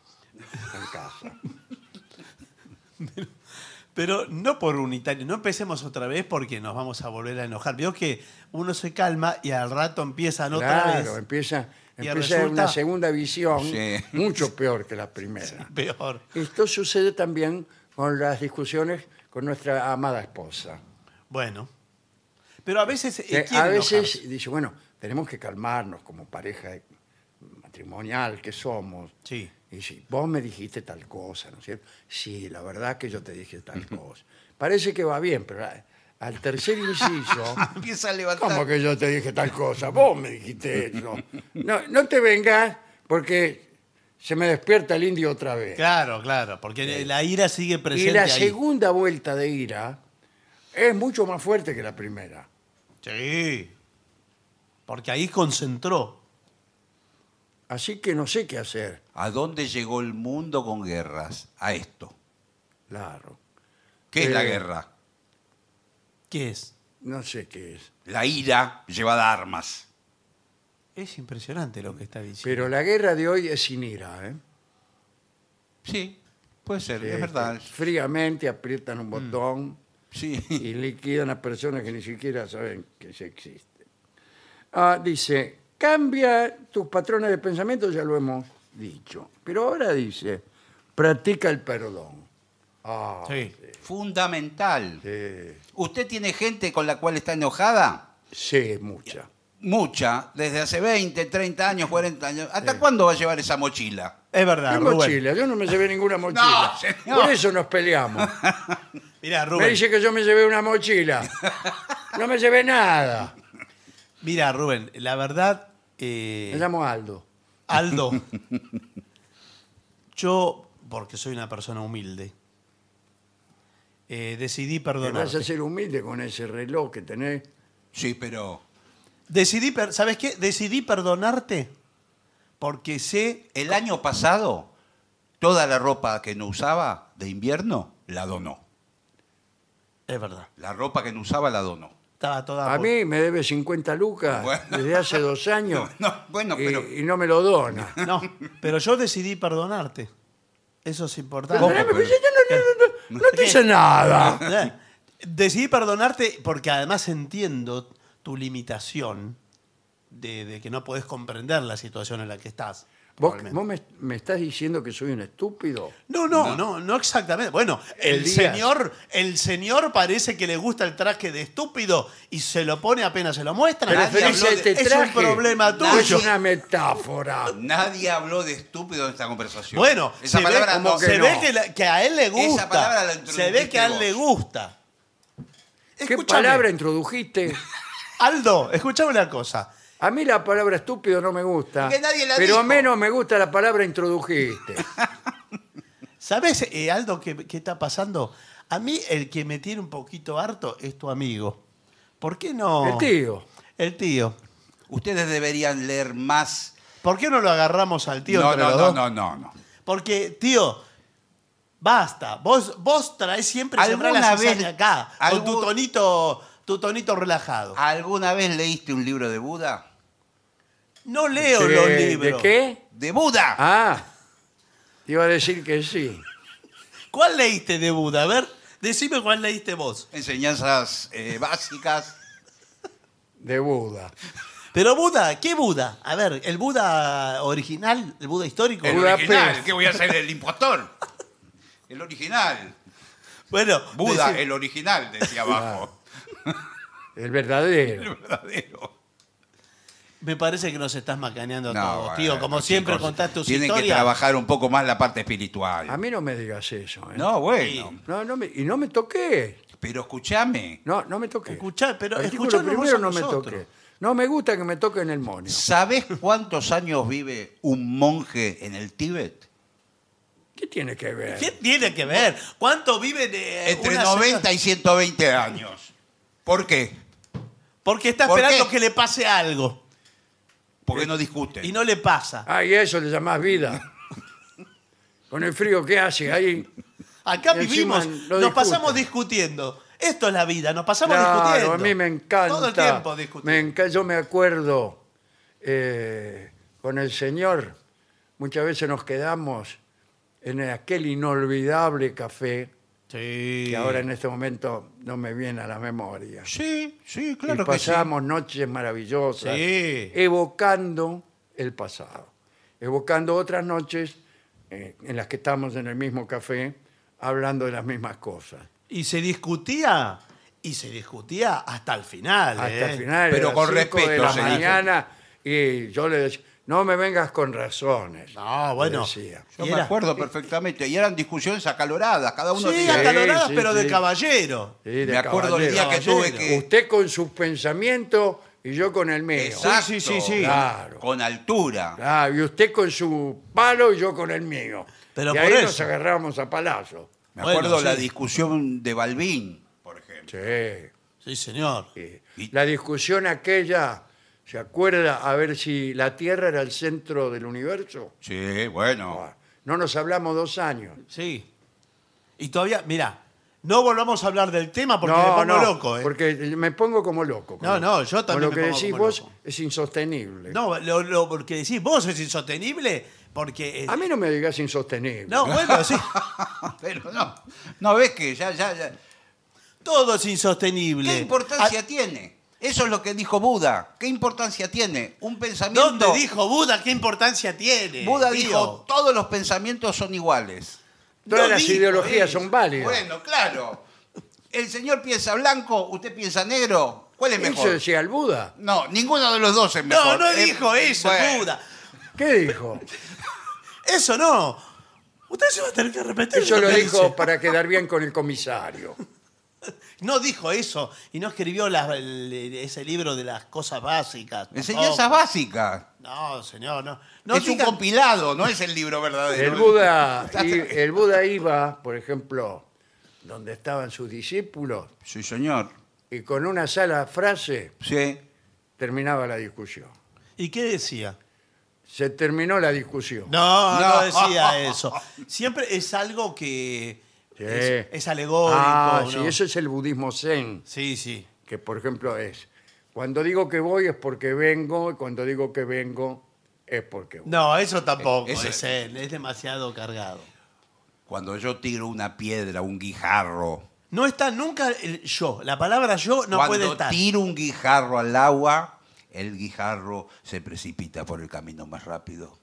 en casa.
Pero no por unitario, no empecemos otra vez porque nos vamos a volver a enojar. Veo que uno se calma y al rato empiezan otra
claro,
vez.
empieza,
Y
empieza una
resulta-
segunda visión
Sí.
mucho peor que la primera.
Peor.
Esto sucede también con las discusiones con nuestra amada esposa.
Bueno. Pero a veces. eh,
Que
quiere
a veces
enojarse.
dice, bueno, tenemos que calmarnos como pareja matrimonial que somos.
Sí.
Y si vos me dijiste tal cosa, ¿no es cierto? Sí, la verdad que yo te dije tal cosa. Parece que va bien, pero a- al tercer inciso,
Empieza a levantar.
¿cómo que yo te dije tal cosa? Vos me dijiste eso. No, no te vengas porque se me despierta el indio otra vez.
Claro, claro. Porque la ira sigue presente.
Y la
ahí.
segunda vuelta de ira es mucho más fuerte que la primera.
Sí. Porque ahí concentró.
Así que no sé qué hacer,
¿A dónde llegó el mundo con guerras? A esto.
claro.
¿Qué es la
Eh,
guerra?
¿Qué es?
No sé qué es.
La ira llevada a armas.
Es impresionante lo que está diciendo.
Pero la guerra de hoy es sin ira, ¿eh?
Sí, puede ser,
Eh,
es verdad. Mm.
Fríamente aprietan un botón
Sí.
y liquidan a personas que ni siquiera saben que se existe. Ah, dice, cambia tus patrones de pensamiento, ya lo hemos dicho. Pero ahora dice, practica el perdón. Ah,
Sí.
Fundamental.
sí,
¿Usted tiene gente con la cual está enojada?
sí, mucha.
mucha, desde hace 20, 30 años, 40 años. ¿Hasta cuándo va a llevar esa mochila?
Es verdad,
¿Qué
Rubén.
mochila? Yo no me llevé ninguna mochila.
No, señor.
Por eso nos peleamos.
Mirá,
Me
Rubén.
dice que yo me llevé una mochila. No me llevé nada.
Mirá, Rubén, la verdad, eh,
Me llamo Aldo.
Aldo, yo, porque soy una persona humilde, eh, decidí
Te
perdonar.
vas a ser humilde con ese reloj que tenés.
Sí, pero
Decidí, per- ¿sabes qué? Decidí perdonarte porque sé,
el año pasado, toda la ropa que no usaba de invierno, la donó.
es verdad,
La ropa que no usaba la donó.
estaba toda
A mí me debe 50 lucas
Bueno.
desde hace dos años
No, bueno,
Eh,
y,
pero...
y no me lo dona.
No, pero yo decidí perdonarte. Eso es importante.
¿Cómo?
Pero yo no, no- no- no te hice nada.
Eh, Decidí perdonarte porque además entiendo tu limitación de, de que no podés comprender la situación en la que estás.
¿Vos,
probablemente.
vos me, me estás diciendo que soy un estúpido?
No, no, no, no exactamente. Bueno, el,
El día-
señor, el señor parece que le gusta el traje de estúpido y se lo pone apenas se lo muestra.
Pero
Nadie
Felice,
habló de-
te
es
traje.
un problema
No, Es
tuyo.
una metáfora.
Nadie habló de estúpido en esta conversación.
Bueno,
esa
se
palabra
ve,
no.
que
se
no.
ve que, la- que a él le gusta.
palabra la
se ve que a él
introduciste
le
vos.
gusta.
¿Qué
Escúchame,
palabra introdujiste?
Aldo, escuchame una cosa.
A mí la palabra estúpido no me gusta.
Porque nadie la
pero
dijo.
menos me gusta la palabra introdujiste.
¿Sabes, eh, Aldo, qué, qué está pasando? A mí el que me tiene un poquito harto es tu amigo. ¿Por qué no?
El tío.
El tío.
Ustedes deberían leer más.
¿Por qué no lo agarramos al tío?
no,
entre
no,
los
no,
dos?
no, no, no.
Porque, tío, basta. Vos, vos traes siempre sembrar la
¿Alguna
cizaña
vez-
acá. Con tu
algún-
tonito, tu tonito relajado.
¿Alguna vez leíste un libro de Buda?
No leo
Sí,
los libros.
¿De qué?
¡De Buda!
Ah, te iba a decir que sí.
¿Cuál leíste de Buda? A ver, decime cuál leíste vos.
Enseñanzas eh, básicas.
De Buda.
Pero Buda, ¿qué Buda? A ver, ¿el Buda original? ¿El Buda pues. histórico?
El Buda Pez.
¿Qué voy a hacer? El impostor. El original.
Bueno,
Buda,
decime-
el original,
Ah.
decía abajo.
El verdadero.
El verdadero.
me parece que nos estás macaneando a
No,
todos,
bueno,
tío. Como
chicos,
siempre contás tus
Tienen que
historias.
trabajar un poco más la parte espiritual.
A mí no me digas eso. ¿eh?
No, bueno.
No, no me- y no me toqué.
Pero escúchame.
No, no me toqué.
Escuchá, pero
Artículo
escuchanos vos
primero
a
no me
nosotros.
toqué. No me gusta que me toquen el moño.
¿Sabés cuántos años vive un monje en el Tíbet?
¿Qué tiene que ver?
¿Qué tiene que ver? ¿Cuánto viven eh,
Entre
una
90
señora?
y 120 años. ¿Por qué?
Porque está
¿Por
esperando
qué?
que le pase algo
Porque no discuten.
Eh, y no le pasa.
Ah, y eso le llamás vida. Con el frío que hace ahí.
Acá
y encima
vivimos,
lo
nos
discuten.
pasamos discutiendo. Esto es la vida, nos pasamos
Claro,
discutiendo.
a mí me encanta.
Todo el tiempo discutiendo.
Me enca- yo me acuerdo eh, con el señor, muchas veces nos quedamos en aquel inolvidable café
Sí.
que ahora en este momento no me viene a la memoria.
Sí, sí,
y pasamos noches maravillosas
Sí.
evocando el pasado, evocando otras noches eh, en las que estamos en el mismo café hablando de las mismas cosas.
Y se discutía, y se discutía hasta el final.
Hasta
¿eh?
el final,
Pero
a las
con
cinco de
respeto,
la
señor.
mañana y yo le decía, no me vengas con razones.
No,
le
bueno.
decía.
Yo
Y
me
era-
acuerdo perfectamente. Y eran discusiones acaloradas. Cada uno
Sí,
tenía-
hasta lo-
acaloradas,
sí,
pero de
sí.
caballero.
Sí, de
Me acuerdo el día
caballero.
que tuve
caballero.
que.
usted con sus pensamientos y yo con el mío.
Exacto,
Sí, sí, sí, sí.
Claro.
Con altura.
Ah, y usted con su palo y yo con el mío.
Pero
y
por
ahí
eso.
nos agarramos a palazo.
Me
Bueno,
acuerdo la
sí.
discusión de Balbín, por ejemplo.
Sí.
Sí, señor.
Eh,
Y-
La discusión aquella, ¿se acuerda? A ver si la Tierra era el centro del universo.
Sí, bueno.
Ah, No nos hablamos dos años.
Sí. Y todavía, mira, no volvamos a hablar del tema porque me
no,
pongo
no,
loco. ¿eh?
Porque me pongo como loco. con
No,
lo-
no, yo
con
también
lo
me
que
pongo
decís
como
vos
loco.
es insostenible.
No, lo, lo- porque decís vos es insostenible, porque... eh,
A mí no me digas insostenible.
No, bueno, sí,
Pero no. No ves que ya, ya, ya.
todo es insostenible. Ah,
¿Qué importancia tiene? Eso es lo que dijo Buda. ¿Qué importancia tiene? Un
Ah,
pensamiento.
¿Dónde dijo Buda qué importancia tiene?
Buda
tío?
dijo: todos los pensamientos son iguales.
Todas
no
las
digo
ideologías
eso.
son válidas.
Bueno, claro. El señor piensa blanco, usted piensa negro. ¿Cuál es
Eso
mejor?
decía el Buda.
No, ninguno de los dos es
No,
mejor.
no
Eh,
dijo eso,
bueno.
Buda.
¿Qué dijo?
Eso no. Usted se va a tener que repetir.
Eso lo
que
dijo
dice.
para quedar bien con el comisario.
No dijo eso. Y no escribió las- el- ese libro de las cosas básicas.
Enseñanzas
tampoco.
básicas.
No, señor, no. No
es
diga-
un compilado, no es el libro verdadero.
El Buda, i- el Buda iba, por ejemplo, donde estaban sus discípulos,
Sí, señor.
y con una sola frase
Sí.
terminaba la discusión.
¿Y qué decía?
Se terminó la discusión.
No, no,
No.
decía eso. Siempre es algo que
Sí.
es, es alegórico.
Ah,
¿no?
sí, eso es el budismo zen,
sí, sí.
que por ejemplo es, cuando digo que voy es porque vengo, y cuando digo que vengo es porque voy.
No, eso tampoco.
Eso-
es, él, es demasiado cargado.
Cuando yo tiro una piedra, un guijarro.
No está nunca el yo. La palabra yo no
cuando
puede estar.
tiro un guijarro al agua, el guijarro se precipita por el camino más rápido.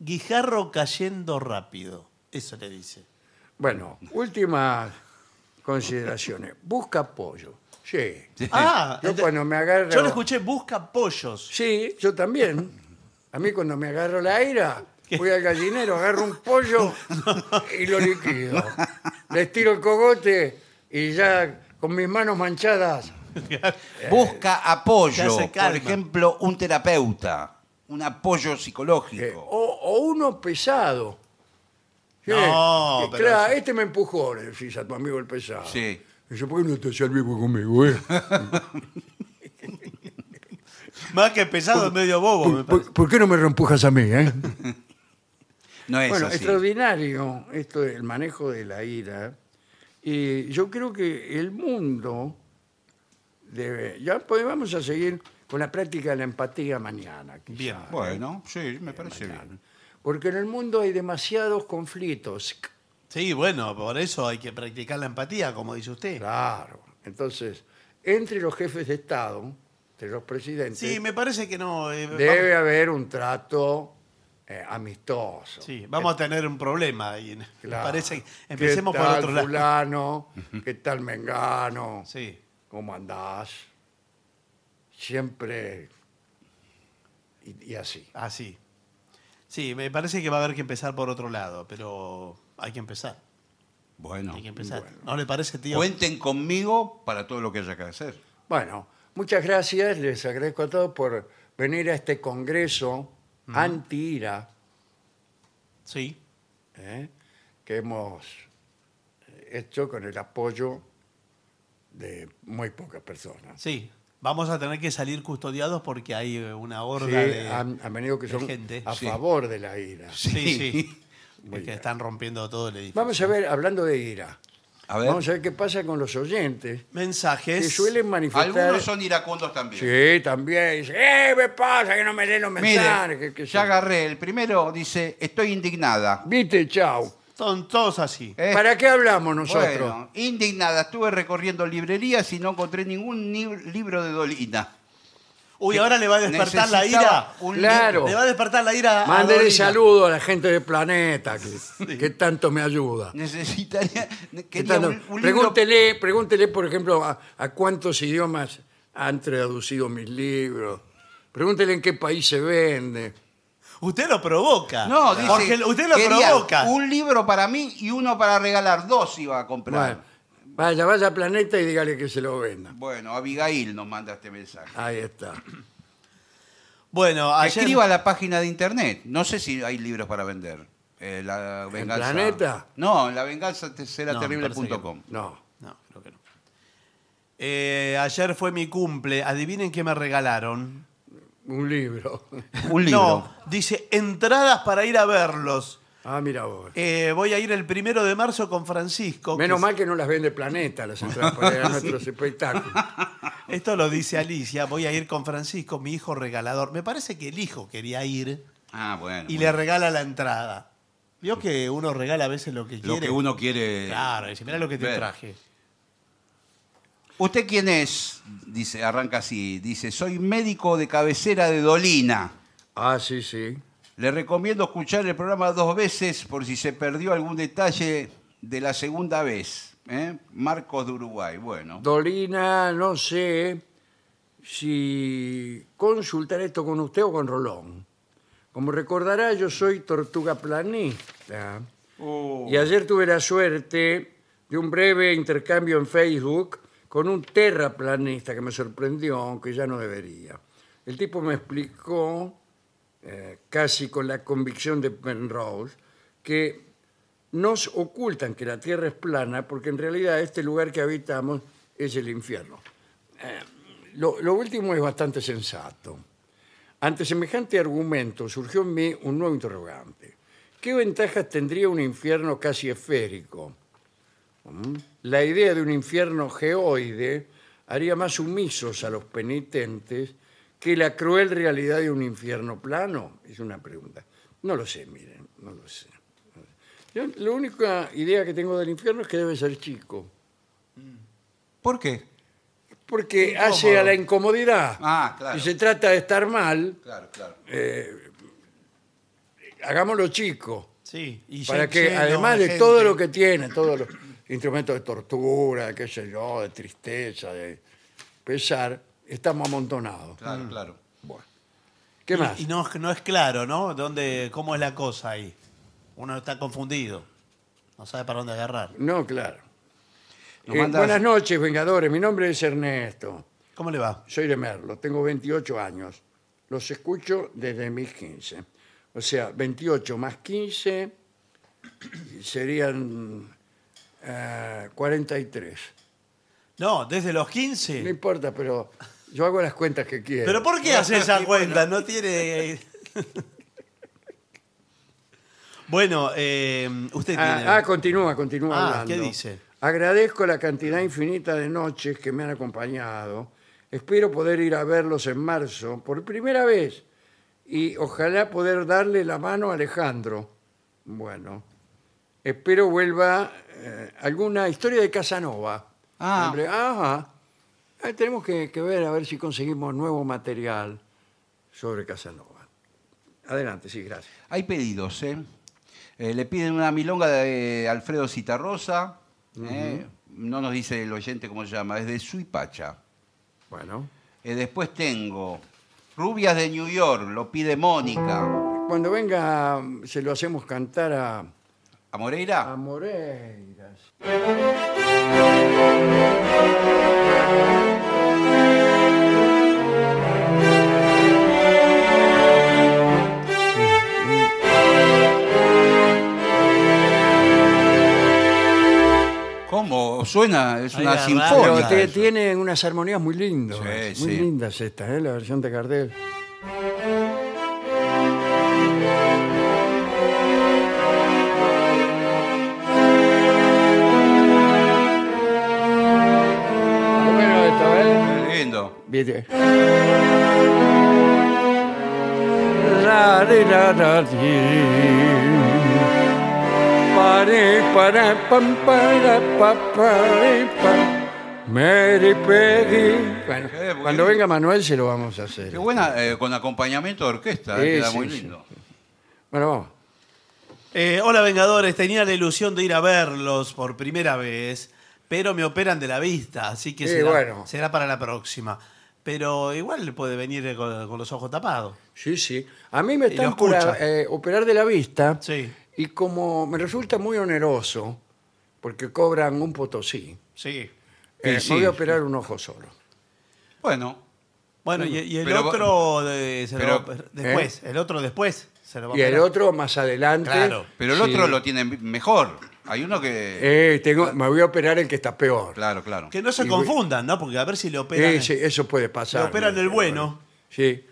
Guijarro cayendo rápido. Eso le dice.
Bueno, últimas consideraciones. Busca apoyo. Sí.
Ah,
Yo
ente-
cuando me agarro...
yo le escuché busca pollos.
Sí, yo también. A mí cuando me agarro la ira, voy al gallinero, agarro un pollo y lo liquido. Les tiro el cogote y ya con mis manos manchadas.
Busca
Ya
apoyo.
se
Por
calma.
ejemplo, un terapeuta. Un apoyo
eh,
psicológico.
o, o uno pesado. Sí,
No,
que,
pero
claro,
eso-
este me empujó, le decís a tu amigo el pesado.
Sí.
Y yo, ¿por qué no te hacía el vivo conmigo, eh?
Más que pesado, medio bobo. me
¿Por,
parece.
por- por qué no me reempujas a mí, eh?
No es
Bueno,
así.
extraordinario esto del manejo de la ira. Y yo creo que el mundo debe. Ya pues, vamos a seguir con la práctica de la empatía mañana. quizá,
Bien,
¿eh?
Bueno, sí, me parece
Mañana.
bien.
Porque en el mundo hay demasiados conflictos.
Sí, bueno, por eso hay que practicar la empatía, como dice usted.
Claro. Entonces, entre los jefes de Estado, entre los presidentes,
Sí, me parece que no. eh,
debe haber un trato eh, amistoso.
vamos, sí, vamos a tener un problema. ahí. Me
Claro.
parece que empecemos
¿Qué
por
tal
otro lado.
fulano? ¿Qué tal Mengano?
Sí.
¿Cómo andás? Siempre. Y, y así.
Así. Sí, me parece que va a haber que empezar por otro lado, pero hay que empezar.
Bueno,
Hay que empezar. ¿No le parece, tío?
cuenten conmigo para todo lo que haya que hacer.
Bueno, muchas gracias. Les agradezco a todos por venir a este congreso anti-ira
Sí.
¿eh? que hemos hecho con el apoyo de muy pocas personas.
Sí. Vamos a tener que salir custodiados porque hay eh, una horda
Sí,
de.
han, han venido que
de
son
gente,
a
sí.
favor de la ira.
Sí, sí.
Muy
que
bien.
están rompiendo todo el edificio.
Vamos a ver, hablando de ira,
A ver,
vamos a ver qué pasa con los oyentes que
Mensajes.
suelen manifestar
algunos son iracundos también.
Sí, también. Dice, ¡Eh, me pasa que no me leen los mensajes!
Mire,
que- que
ya
se-
agarré. El primero dice, estoy indignada.
Viste, chau.
Son todos así.
Eh,
¿Para qué hablamos nosotros?
bueno, indignada. Estuve recorriendo librerías y no encontré ningún ni- libro de Dolina.
Uy, ahora le va a despertar la ira.
Necesitaba un
Claro.
Le va a despertar la ira. a
Mándele
Dolina.
saludo a la gente de Planeta, que, que tanto me ayuda.
li- Necesitaría
Que
quería
tanto-
un, un libro.
pregúntele, pregúntele, por ejemplo, a, a cuántos idiomas han traducido mis libros. Pregúntele en qué país se vende.
Usted lo provoca.
No, dice,
Porque usted lo
quería
provoca.
Un libro para mí y uno para regalar. Dos iba a comprar.
Bueno,
Bueno,
vaya, vaya a Planeta y dígale que se lo venda.
Abigail nos manda este mensaje.
Ahí está.
Bueno, ayer.
Escriba la página de internet. No sé si hay libros para vender. Eh, la venganza.
Planeta?
No, la venganza te- será
No, me
terrible
parece que
punto
no.
com.
No.
No, creo que no. Eh, ayer fue mi cumple. Adivinen qué me regalaron.
Un libro.
Un libro.
No, dice entradas para ir a verlos.
Ah, mira vos.
Eh, voy a ir el primero de marzo con Francisco. que
Menos
es-
mal que no las vende Planeta las entradas para ir a nuestros espectáculos.
Esto lo dice Alicia. Voy a ir con Francisco, mi hijo regalador. Me parece que el hijo quería ir
Ah, bueno.
y
bueno.
le regala la entrada. Vio que uno regala a veces lo que quiere.
Lo que uno quiere.
Claro, dice, mira lo que te
ver.
traje.
¿Usted quién es? Dice, arranca así. Dice, soy médico de cabecera de Dolina.
Ah, sí, sí.
Le recomiendo escuchar el programa dos veces por si se perdió algún detalle de la segunda vez. ¿eh? Marcos de Uruguay, bueno.
Dolina, no sé si consultar esto con usted o con Rolón. Como recordará, yo soy tortuga planista.
Oh.
Y ayer tuve la suerte de un breve intercambio en Facebook con un terraplanista que me sorprendió, aunque ya no debería. El tipo me explicó, eh, casi con la convicción de Penrose, que nos ocultan que la Tierra es plana porque en realidad este lugar que habitamos es el infierno. Eh, lo- lo último es bastante sensato. Ante semejante argumento surgió en mí un nuevo interrogante. ¿Qué ventajas tendría un infierno casi esférico? ¿Mm? La idea de un infierno geoide haría más sumisos a los penitentes que la cruel realidad de un infierno plano. Es una pregunta. No lo sé, miren, no lo sé. Yo la única idea que tengo del infierno es que debe ser chico.
¿Por qué?
Porque hace a la incomodidad.
Ah, claro.
Si se trata de estar mal,
Claro, claro.
hagámoslo chico.
Sí. y
para
ya
que
lleno
además de
gente.
todo lo que tiene, todos los instrumentos de tortura, qué sé yo, de tristeza, de pesar, estamos amontonados.
Claro, claro.
Bueno. ¿Qué más?
Y no, no es claro, ¿no? ¿Dónde, ¿Cómo es la cosa ahí? Uno está confundido. No sabe para dónde agarrar.
No, claro.
Nos
Eh,
mandas-
buenas noches, Vengadores. Mi nombre es Ernesto.
¿Cómo le va?
Soy de Merlo, tengo 28 años. Los escucho desde mis 15. O sea, 28 más 15 serían eh, 43.
No, desde los
No
15.
importa, pero yo hago las cuentas que quiero.
¿Pero por qué hace esa cuenta? No tiene. bueno, eh, usted tiene.
Ah, ah, continúa, continúa
Ah,
hablando.
¿qué dice?
Agradezco la cantidad infinita de noches que me han acompañado. Espero poder ir a verlos en marzo por primera vez y ojalá poder darle la mano a Alejandro. Bueno, espero vuelva eh, alguna historia de Casanova.
Ah.
Hombre, ajá. Ah, tenemos que, que ver a ver si conseguimos nuevo material sobre Casanova. Adelante, sí, gracias.
Hay pedidos, ¿eh? Eh, Le piden una milonga de Alfredo Citarrosa. ¿eh? No nos dice el oyente cómo se llama, es de Suipacha.
Bueno.
Eh, después tengo Rubias de New York, lo pide Mónica.
Cuando venga, se lo hacemos cantar a,
¿A Moreira?
a Moreiras.
¿Cómo? Suena, es
Ahí
una
la
Pero
sinfonía.
radio.
te-
eso.
tiene unas armonías muy lindas, eh,
Sí,
muy
sí.
lindas estas, ¿eh? la versión de Gardel. Bueno, esto, ¿eh?
Qué lindo.
Viste. La, de, la, la, di. Pare, para, pam, para, pa, pare, pa. Mary Peggy. Bueno,
Qué bueno.
cuando venga Manuel se lo vamos a hacer.
Qué buena, eh, con acompañamiento de orquesta, eh,
Sí,
queda
sí,
muy
sí.
lindo.
Bueno, vamos.
Eh, hola Vengadores, tenía la ilusión de ir a verlos por primera vez, pero me operan de la vista, así que
Sí,
será,
bueno.
será para la próxima. Pero igual puede venir con, con los ojos tapados.
Sí, sí. A mí me
Y lo
están por
escucha.
eh, operar de la vista
Sí,
y como me resulta muy oneroso, porque cobran un potosí,
sí.
eh,
Sí,
me voy
sí.
a operar un ojo solo.
Bueno,
Bueno, y, y el
Pero-
otro de- se lo
pero-
va
¿eh?
a operar después, el otro después se lo va a
Y el
operar.
otro más adelante.
Claro.
pero el
Sí.
otro lo tiene mejor. Hay uno que.
Eh, tengo, me voy a operar el que está peor.
Claro, claro.
Que no se
Y-
confundan, ¿no? Porque a ver si le operan
Eh, sí, eso puede pasar.
Le operan el bueno.
Sí.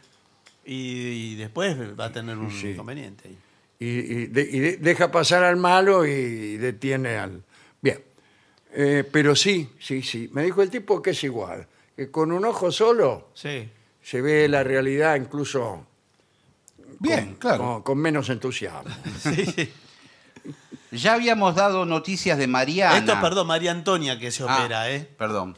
y, y después va a tener un inconveniente. ahí.
Y, y de- y de- deja pasar al malo y detiene al. Bien. Eh, pero sí, sí, sí. Me dijo el tipo que es igual. Que con un ojo solo
Sí.
se ve la realidad incluso
Bien, claro.
con, con menos entusiasmo.
Sí, sí.
Ya habíamos dado noticias de Mariana.
Esto es, perdón, María Antonia que se
Ah,
opera, ¿eh?
Perdón.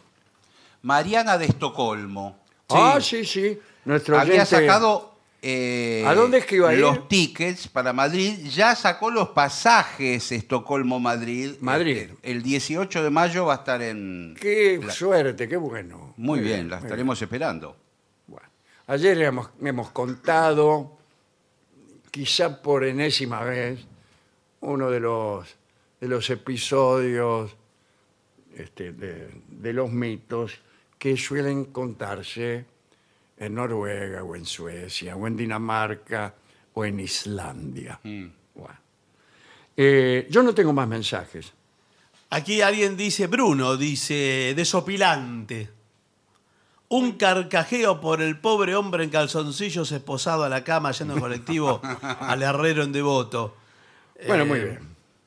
Mariana de Estocolmo.
Ah, sí, sí. Nuestro
Había
oyente-
sacado eh,
¿A dónde es que iba a ir?
Los tickets para Madrid. Ya sacó los pasajes Estocolmo-Madrid.
Madrid.
El, el 18 de mayo va a estar en...
Qué suerte, qué bueno.
Muy bien, la
muy
estaremos esperando.
Bueno, ayer hemos, hemos contado, quizá por enésima vez, uno de los, de los episodios este, de, de los mitos que suelen contarse en Noruega o en Suecia o en Dinamarca o en Islandia. Bueno. Eh, yo no tengo más mensajes.
Aquí alguien dice, Bruno dice, desopilante. Un carcajeo por el pobre hombre en calzoncillos esposado a la cama yendo en colectivo al herrero en devoto. Eh,
Bueno, muy bien.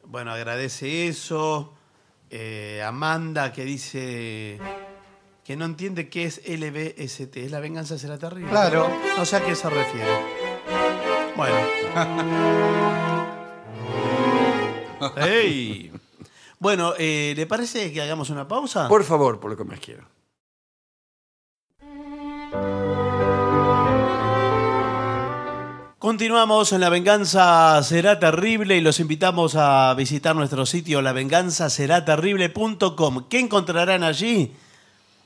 Bueno, agradece eso. Eh, Amanda que dice que no entiende qué es LBST. Es la venganza será terrible.
Claro.
No sé a qué se refiere. Bueno. ¡Ey! Bueno, eh, ¿le parece que hagamos una pausa?
Por favor, por lo que más quiero.
Continuamos en La Venganza Será Terrible y los invitamos a visitar nuestro sitio lavenganzaseraterrible.com. ¿Qué encontrarán allí?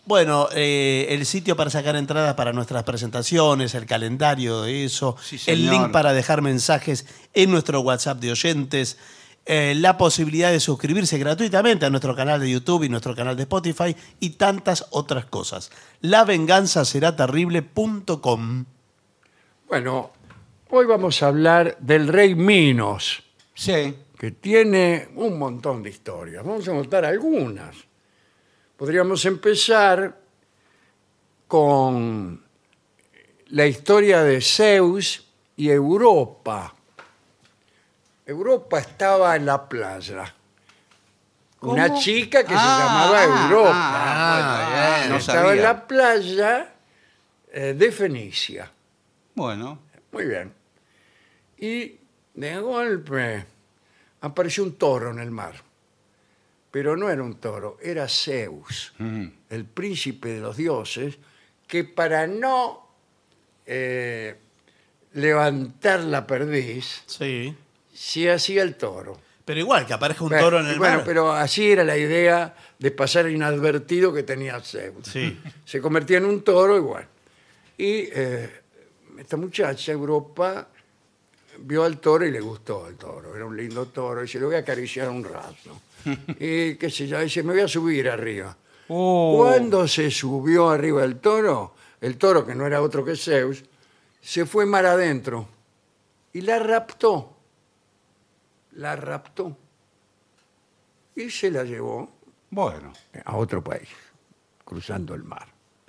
Bueno, eh, el sitio para sacar entradas para nuestras presentaciones, el calendario de eso,
Sí, señor.
el link para dejar mensajes en nuestro WhatsApp de oyentes, eh, la posibilidad de suscribirse gratuitamente a nuestro canal de YouTube y nuestro canal de Spotify y tantas otras cosas. Lavenganzaseraterrible.com.
Bueno, hoy vamos a hablar del rey Minos,
Sí.
que tiene un montón de historias. Vamos a contar algunas. Podríamos empezar con la historia de Zeus y Europa. Europa estaba en la playa. Una chica que se llamaba Europa.
ah, bueno, bien, no
estaba en
sabía.
la playa eh, de Fenicia.
Bueno,
Muy bien. Y de golpe apareció un toro en el mar. Pero no era un toro, era Zeus,
Mm.
el príncipe de los dioses, que para no eh, levantar la perdiz,
Sí.
se hacía el toro.
Pero igual, que aparezca un
Bueno,
toro en el
bueno,
mar.
pero así era la idea de pasar inadvertido que tenía Zeus.
Sí.
Se convertía en un toro igual. Y eh, esta muchacha, Europa, vio al toro y le gustó el toro. Era un lindo toro. Y se lo voy a acariciar un rato. y qué sé yo, dice, me voy a subir arriba. Uh, Cuando se subió arriba el toro, el toro, que no era otro que Zeus, se fue mar adentro y la raptó. La raptó. Y se la llevó
bueno.
a otro país, cruzando el mar.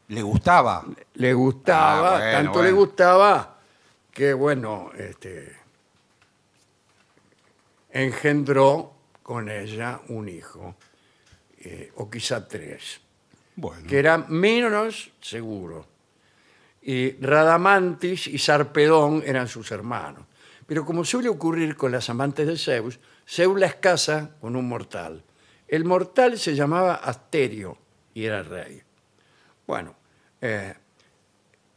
¿Le gustaba?
Le gustaba,
Ah, bueno,
tanto
bueno.
le gustaba que, bueno, este, engendró con ella un hijo, eh, o quizá tres,
Bueno.
que eran Minos, seguro, y Radamantis y Sarpedón eran sus hermanos. Pero como suele ocurrir con las amantes de Zeus, Zeus las casa con un mortal. El mortal se llamaba Asterio y era rey. Bueno, eh,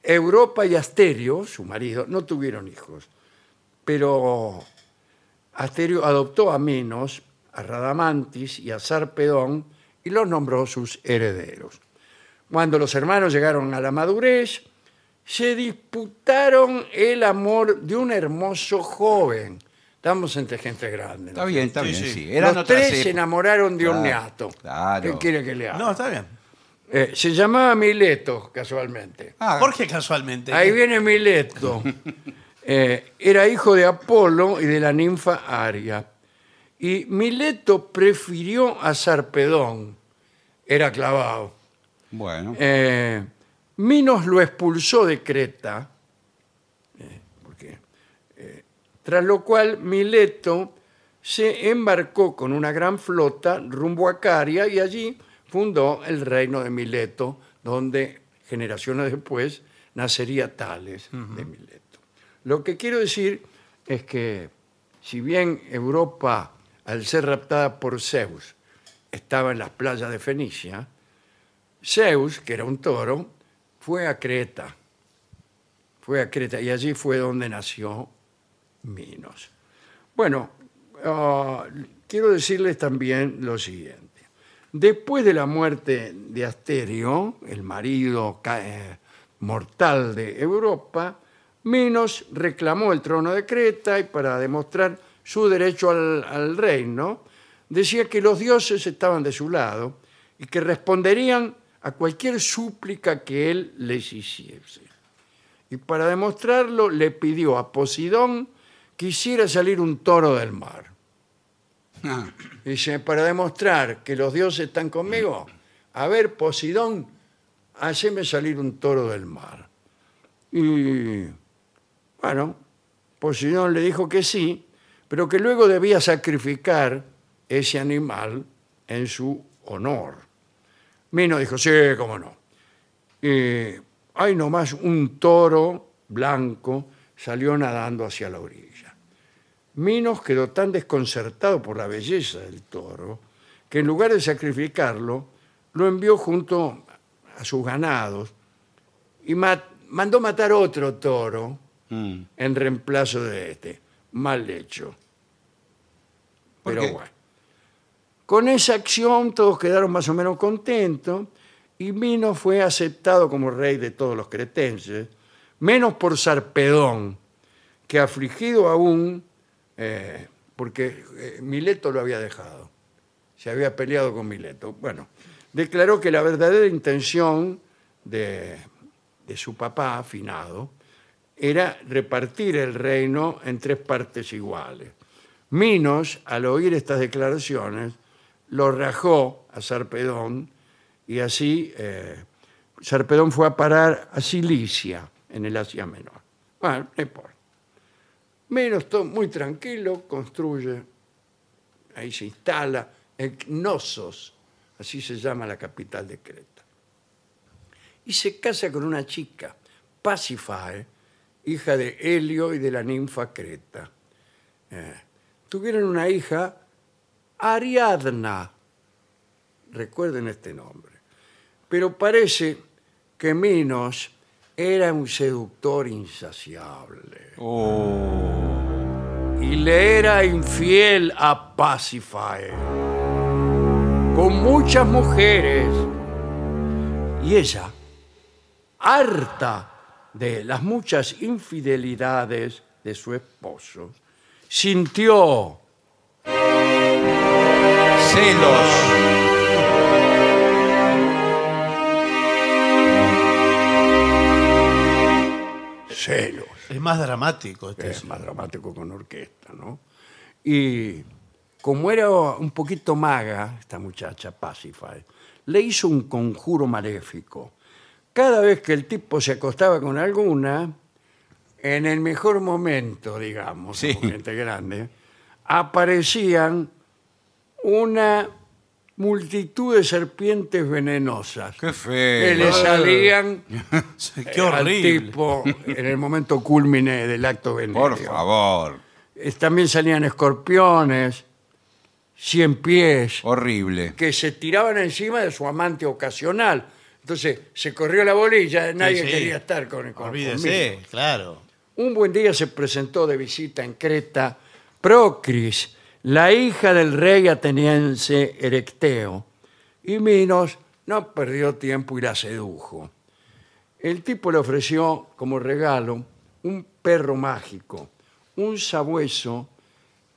Europa y Asterio, su marido, no tuvieron hijos, pero Asterio adoptó a Minos, a Radamantis y a Sarpedón y los nombró sus herederos. Cuando los hermanos llegaron a la madurez, se disputaron el amor de un hermoso joven. Estamos entre gente grande. ¿no?
Está bien, está
Sí,
bien,
sí.
sí. Eran
los
otras
tres se
épocas.
enamoraron de un
Claro,
neato.
claro.
¿Qué quiere que le haga?
No, está bien.
Eh, se llamaba Mileto, casualmente.
Ah,
Jorge casualmente.
Ahí viene Mileto. Eh, era hijo de Apolo y de la ninfa Aria. Y Mileto prefirió a Sarpedón. Era clavado.
Bueno.
Eh, Minos lo expulsó de Creta, eh, porque, eh, tras lo cual Mileto se embarcó con una gran flota rumbo a Caria y allí fundó el reino de Mileto, donde generaciones después nacería Tales de Mileto. Lo que quiero decir es que si bien Europa, al ser raptada por Zeus, estaba en las playas de Fenicia, Zeus, que era un toro, fue a Creta. fue a Creta y allí fue donde nació Minos. Bueno, ah, quiero decirles también lo siguiente. Después de la muerte de Asterio, el marido ca- eh, mortal de Europa, Minos reclamó el trono de Creta y para demostrar su derecho al, al reino, decía que los dioses estaban de su lado y que responderían a cualquier súplica que él les hiciese y para demostrarlo le pidió a Posidón que hiciera salir un toro del mar.
Ah,
Dice, para demostrar que los dioses están conmigo, a ver, Posidón, haceme salir un toro del mar. Y bueno, Posidón le dijo que sí, pero que luego debía sacrificar ese animal en su honor. Mino dijo, sí, cómo no. Eh, hay nomás un toro blanco salió nadando hacia la orilla. Minos quedó tan desconcertado por la belleza del toro que en lugar de sacrificarlo, lo envió junto a sus ganados y ma- mandó matar otro toro
mm.
en reemplazo de este. Mal hecho.
¿Por
Pero
qué?
bueno. Con esa acción todos quedaron más o menos contentos y Minos fue aceptado como rey de todos los cretenses, menos por Sarpedón, que afligido aún, eh, porque eh, Mileto lo había dejado, se había peleado con Mileto. Bueno, declaró que la verdadera intención de, de su papá, afinado, era repartir el reino en tres partes iguales. Minos, al oír estas declaraciones, lo rajó a Sarpedón y así eh, Sarpedón fue a parar a Cilicia, en el Asia Menor. Bueno, no importa. Minos, todo muy tranquilo, construye, ahí se instala, en Cnosos, así se llama la capital de Creta y se casa con una chica, Pasifae, hija de Helio y de la ninfa Creta. Eh, tuvieron una hija, Ariadna. Recuerden este nombre. Pero parece que Minos era un seductor insaciable
Oh.
y le era infiel a Pacifier con muchas mujeres y ella, harta de las muchas infidelidades de su esposo, sintió
Celos.
celos.
Es más dramático este.
Es más dramático con orquesta, ¿no? Y como era un poquito maga, esta muchacha, Pacify, le hizo un conjuro maléfico. Cada vez que el tipo se acostaba con alguna, en el mejor momento, digamos,
Sí.
como gente grande, aparecían una multitud de serpientes venenosas
Qué
que le
feo.
salían eh,
Qué
al
horrible.
tipo en el momento culmine del acto venéneo.
Por favor.
Eh, también salían escorpiones, cien pies,
Oh.
Horrible.
que se tiraban encima de su amante ocasional. Entonces se corrió la bolilla, nadie
Sí, sí.
quería estar con, con
Olvídese,
conmigo.
claro.
Un buen día se presentó de visita en Creta Procris, la hija del rey ateniense Erecteo, y Minos no perdió tiempo y la sedujo. El tipo le ofreció como regalo un perro mágico, un sabueso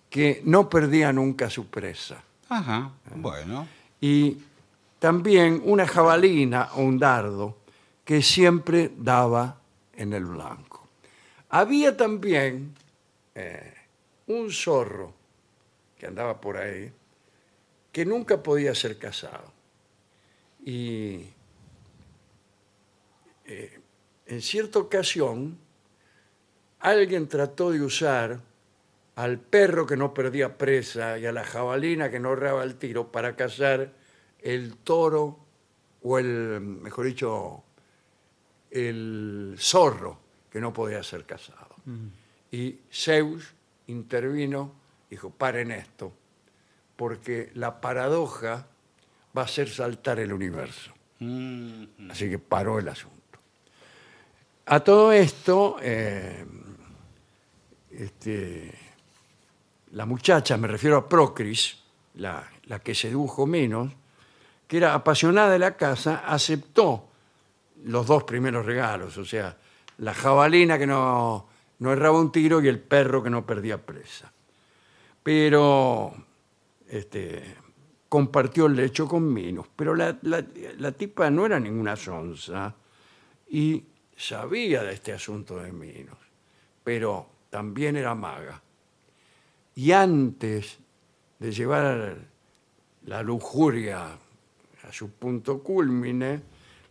que no perdía nunca su presa,
Ajá. Bueno.
y también una jabalina o un dardo que siempre daba en el blanco. Había también eh, un zorro que andaba por ahí que nunca podía ser casado. Y eh, en cierta ocasión alguien trató de usar al perro que no perdía presa y a la jabalina que no erraba el tiro para cazar el toro o el, mejor dicho, el zorro que no podía ser cazado. Y Zeus intervino, dijo, paren esto, porque la paradoja va a hacer saltar el universo.
Mm.
Así que paró el asunto. A todo esto, eh, este, la muchacha, me refiero a Procris, la, la que sedujo menos, que era apasionada de la casa, aceptó los dos primeros regalos, o sea, la jabalina que no, no erraba un tiro y el perro que no perdía presa. Pero este, compartió el lecho con Minos, pero la, la- la tipa no era ninguna sonza y sabía de este asunto de Minos, pero también era maga. Y antes de llevar la lujuria a su punto culmine,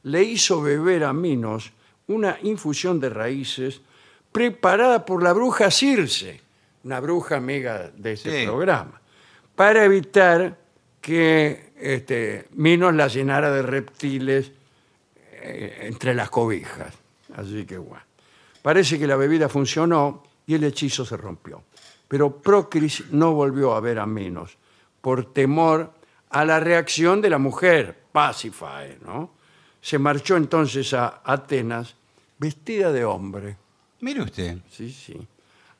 le hizo beber a Minos una infusión de raíces preparada por la bruja Circe, una bruja amiga de este
Sí.
programa, para evitar que este, Minos la llenara de reptiles eh, entre las cobijas. Así que bueno. Parece que la bebida funcionó y el hechizo se rompió. Pero Procris no volvió a ver a Minos por temor a la reacción de la mujer, Pacifae, ¿no? Se marchó entonces a Atenas vestida de hombre.
Mire usted.
Sí, sí.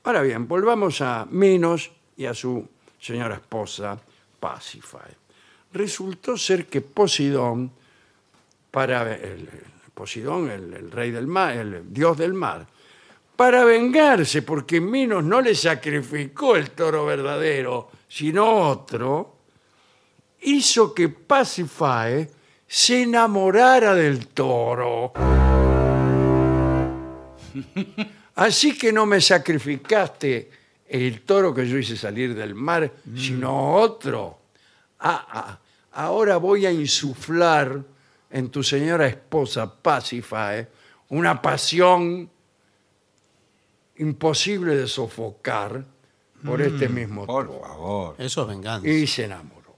Ahora bien, volvamos a Minos y a su señora esposa, Pacifae. Resultó ser que Posidón, para el, Posidón, el, el rey del mar, el dios del mar, para vengarse, porque Minos no le sacrificó el toro verdadero, sino otro, hizo que Pacifae se enamorara del toro. Así que no me sacrificaste el toro que yo hice salir del mar, sino otro. Ah, ah, ahora voy a insuflar en tu señora esposa Pacifae una pasión imposible de sofocar por este mismo
Por
toro.
favor.
Eso es venganza.
Y se enamoró.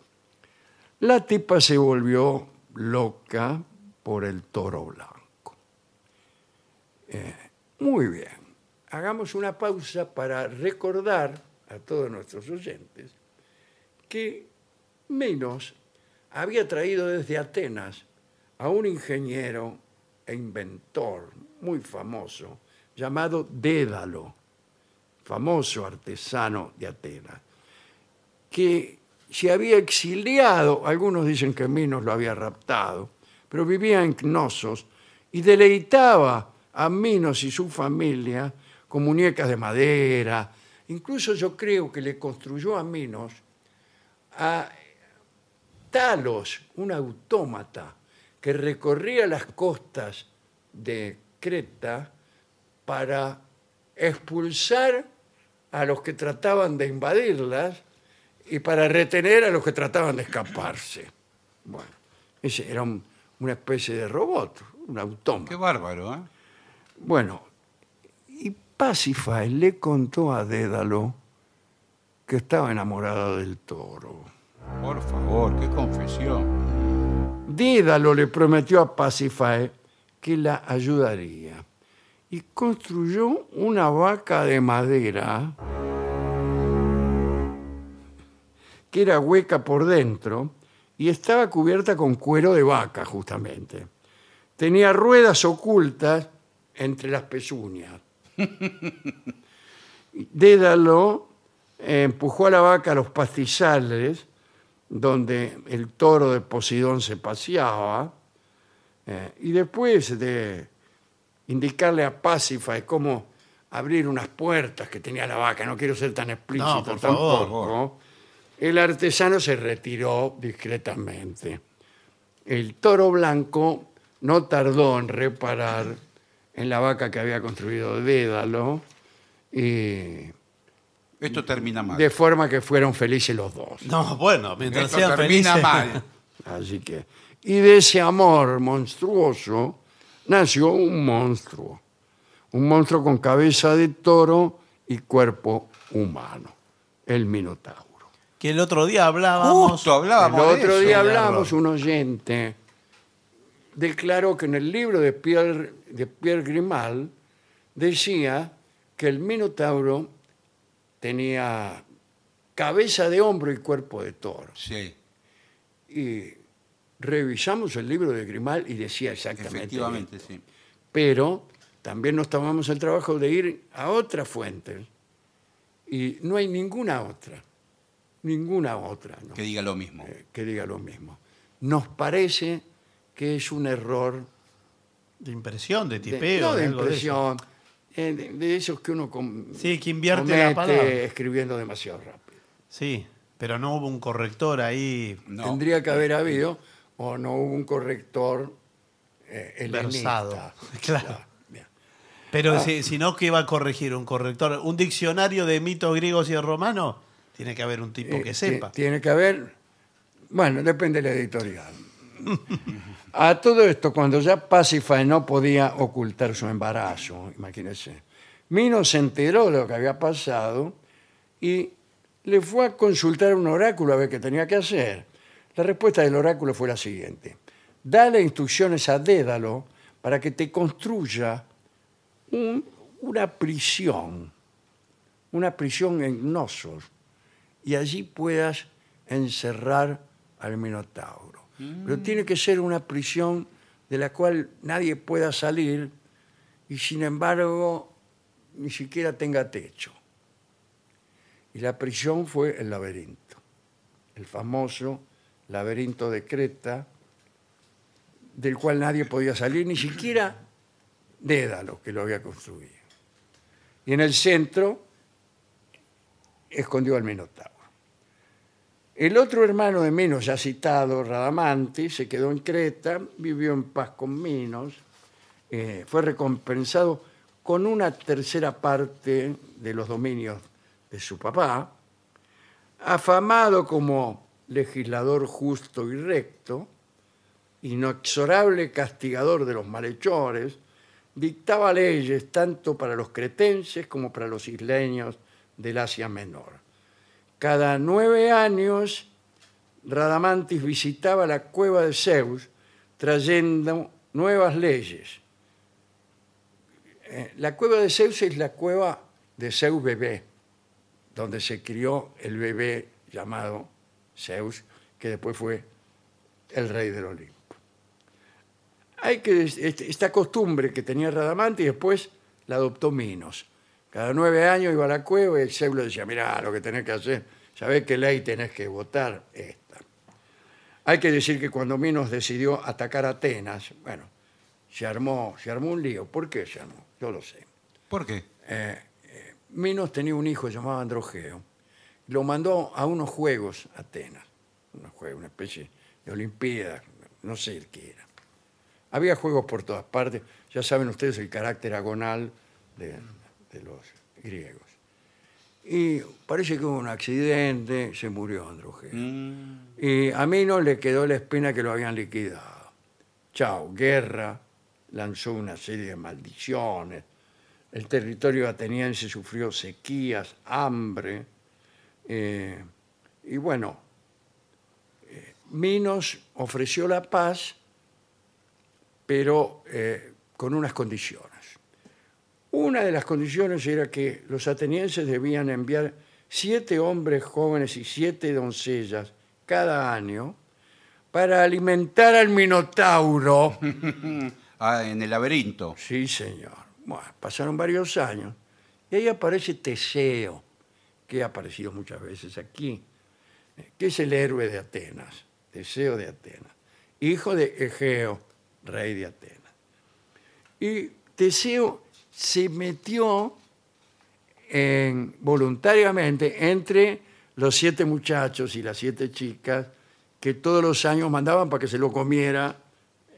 La tipa se volvió loca por el toro blanco. Eh, muy bien. Hagamos una pausa para recordar a todos nuestros oyentes que Minos había traído desde Atenas a un ingeniero e inventor muy famoso llamado Dédalo, famoso artesano de Atenas que se había exiliado, algunos dicen que Minos lo había raptado, pero vivía en Cnosos y deleitaba a Minos y su familia con muñecas de madera. Incluso yo creo que le construyó a Minos a Talos, un autómata que recorría las costas de Creta para expulsar a los que trataban de invadirlas y para retener a los que trataban de escaparse. Bueno, ese era un- una especie de robot, un autómata.
Qué bárbaro, ¿eh?
Bueno, y Pacifae le contó a Dédalo que estaba enamorada del toro.
Por favor, qué confesión.
Dédalo le prometió a Pacifae que la ayudaría y construyó una vaca de madera que era hueca por dentro y estaba cubierta con cuero de vaca justamente. Tenía ruedas ocultas entre las pezuñas. Dédalo eh, empujó a la vaca a los pastizales donde el toro de Posidón se paseaba, eh, y después de indicarle a Pacifae cómo abrir unas puertas que tenía la vaca, no quiero ser tan explícito
No, por favor.
tampoco, el artesano se retiró discretamente. El toro blanco no tardó en reparar en la vaca que había construido Dédalo, y
Esto termina mal.
de forma que fueron felices los dos.
No, bueno, mientras
Esto
sean
termina
felices.
mal.
Así que, y de ese amor monstruoso nació un monstruo. Un monstruo con cabeza de toro y cuerpo humano, el Minotauro.
Que el otro día hablábamos.
Justo hablábamos
el
de
otro
eso.
día
Leandro.
hablamos, un oyente declaró que en el libro de Pierre, de Pierre Grimal decía que el Minotauro tenía cabeza de hombro y cuerpo de toro.
Sí,
y revisamos el libro de Grimal y decía exactamente.
efectivamente,
esto.
sí.
Pero también nos tomamos el trabajo de ir a otras fuentes. Y no hay ninguna otra, ninguna otra ¿no?
que diga lo mismo.
eh, que diga lo mismo. Nos parece que es un error
De impresión, de
de-
tipeo.
no de
algo de eso.
impresión, eh, de, de esos que uno com-
Sí, que invierte la
comete
palabra.
escribiendo demasiado rápido.
Sí, pero no hubo un corrector ahí
No.
Tendría que
Eh,
haber habido o no hubo un corrector eh, helenista.
versado. Claro.
Bien.
Pero
Ah.
si, si no, ¿qué va a corregir un corrector? ¿Un diccionario de mitos griegos y romanos? Tiene que haber un tipo
Eh,
que
ti-
sepa.
Tiene que haber. Bueno, depende de la editorial. A todo esto, cuando ya Pacify no podía ocultar su embarazo, imagínense, Mino se enteró de lo que había pasado y le fue a consultar a un oráculo a ver qué tenía que hacer. La respuesta del oráculo fue la siguiente: Dale instrucciones a Dédalo para que te construya un- una prisión, una prisión en Gnosos, y allí puedas encerrar al Minotauro. Pero tiene que ser una prisión de la cual nadie pueda salir y sin embargo ni siquiera tenga techo. Y la prisión fue el laberinto, el famoso laberinto de Creta, del cual nadie podía salir, ni siquiera Dédalo, que lo había construido. Y en el centro escondió al Minotauro. El otro hermano de Minos, ya citado, Radamanti, se quedó en Creta, vivió en paz con Minos, eh, fue recompensado con una tercera parte de los dominios de su papá, afamado como legislador justo y recto, inexorable castigador de los malhechores, dictaba leyes tanto para los cretenses como para los isleños del Asia Menor. Cada nueve años, Radamantis visitaba la cueva de Zeus trayendo nuevas leyes. Eh, La cueva de Zeus es la cueva de Zeus bebé, donde se crió el bebé llamado Zeus, que después fue el rey del Olimpo. Hay que des- este- esta costumbre que tenía Radamante y después la adoptó Minos. Cada nueve años iba a la cueva y el Zeus le decía, mirá, lo que tenés que hacer, sabés qué ley tenés que votar esta. Hay que decir que cuando Minos decidió atacar Atenas, bueno, se armó, se armó un lío. ¿Por qué se armó? Yo lo sé.
¿Por qué?
Eh, Minos tenía un hijo llamado Androgeo. Lo mandó a unos juegos a Atenas, unos juegos, una especie de Olimpiadas, no sé el que era. Había juegos por todas partes, ya saben ustedes el carácter agonal de, de los griegos. Y parece que hubo un accidente, se murió Androgeo.
Mm.
Y a Minos le quedó la espina que lo habían liquidado. Chao, guerra, lanzó una serie de maldiciones. El territorio ateniense sufrió sequías, hambre. eh, y bueno, eh, Minos ofreció la paz, pero eh, con unas condiciones. Una de las condiciones era que los atenienses debían enviar siete hombres jóvenes y siete doncellas cada año para alimentar al Minotauro.
Ah, en el laberinto.
Sí, señor. Bueno, pasaron varios años y ahí aparece Teseo, que ha aparecido muchas veces aquí, eh, que es el héroe de Atenas, Teseo de Atenas, hijo de Egeo, rey de Atenas. Y Teseo se metió en- voluntariamente entre los siete muchachos y las siete chicas que todos los años mandaban para que se lo comiera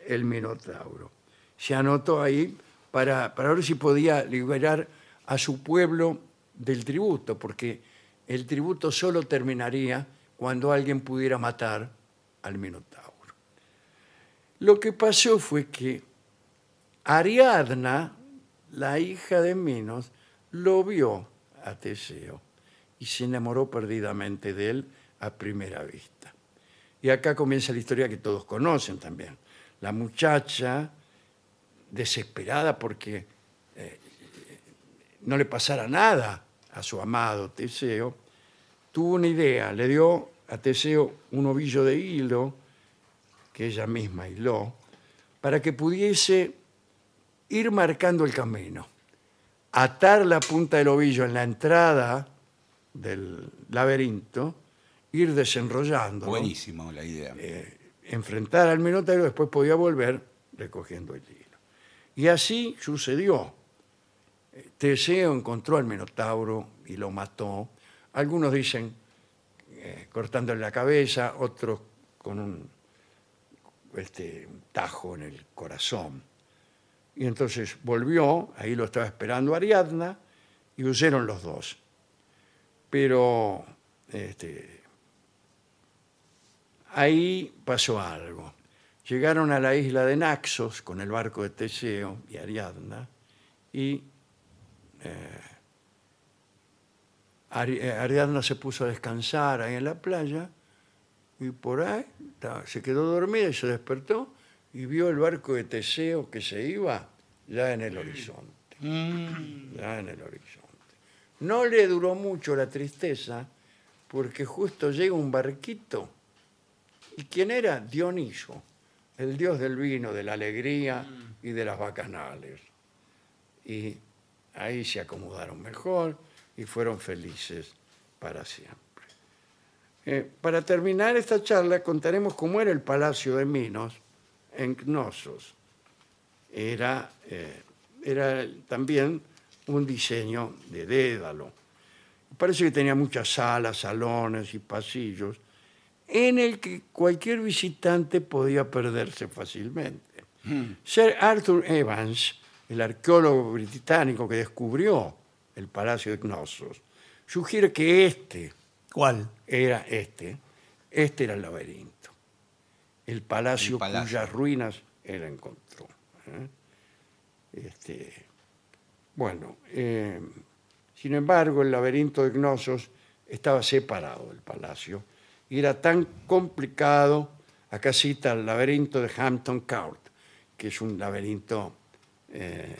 el Minotauro. Se anotó ahí para, para ver si podía liberar a su pueblo del tributo, porque el tributo solo terminaría cuando alguien pudiera matar al Minotauro. Lo que pasó fue que Ariadna, la hija de Minos, lo vio a Teseo y se enamoró perdidamente de él a primera vista. Y acá comienza la historia que todos conocen también. La muchacha, desesperada porque eh, no le pasara nada a su amado Teseo, tuvo una idea, le dio a Teseo un ovillo de hilo que ella misma hiló, para que pudiese ir marcando el camino, atar la punta del ovillo en la entrada del laberinto, ir desenrollando,
Buenísimo la idea.
Eh. enfrentar al minotauro, después podía volver recogiendo el hilo. Y así sucedió. Eh, Teseo encontró al minotauro y lo mató. Algunos dicen eh, cortándole la cabeza, otros con un este, un tajo en el corazón. Y entonces volvió, ahí lo estaba esperando Ariadna, y huyeron los dos. Pero este, ahí pasó algo. Llegaron a la isla de Naxos con el barco de Teseo y Ariadna, y eh, Ari- eh, Ariadna se puso a descansar ahí en la playa, y por ahí ta- se quedó dormida y se despertó y vio el barco de Teseo que se iba ya en el horizonte. Ya en el horizonte. No le duró mucho la tristeza porque justo llega un barquito. ¿Y quién era? Dioniso, el dios del vino, de la alegría y de las bacanales. Y ahí se acomodaron mejor y fueron felices para siempre. Eh, para terminar esta charla contaremos cómo era el palacio de Minos en Cnosos. Era, eh, era también un diseño de Dédalo. Parece que tenía muchas salas, salones y pasillos en el que cualquier visitante podía perderse fácilmente. Sir Arthur Evans, el arqueólogo británico que descubrió el palacio de Cnosos, sugiere que este,
¿Cuál?
era este. Este era el laberinto. El palacio,
El palacio.
cuyas ruinas él encontró. ¿eh? Este, bueno, eh, sin embargo, el laberinto de Gnosos estaba separado del palacio y era tan complicado. Acá cita el laberinto de Hampton Court, que es un laberinto eh,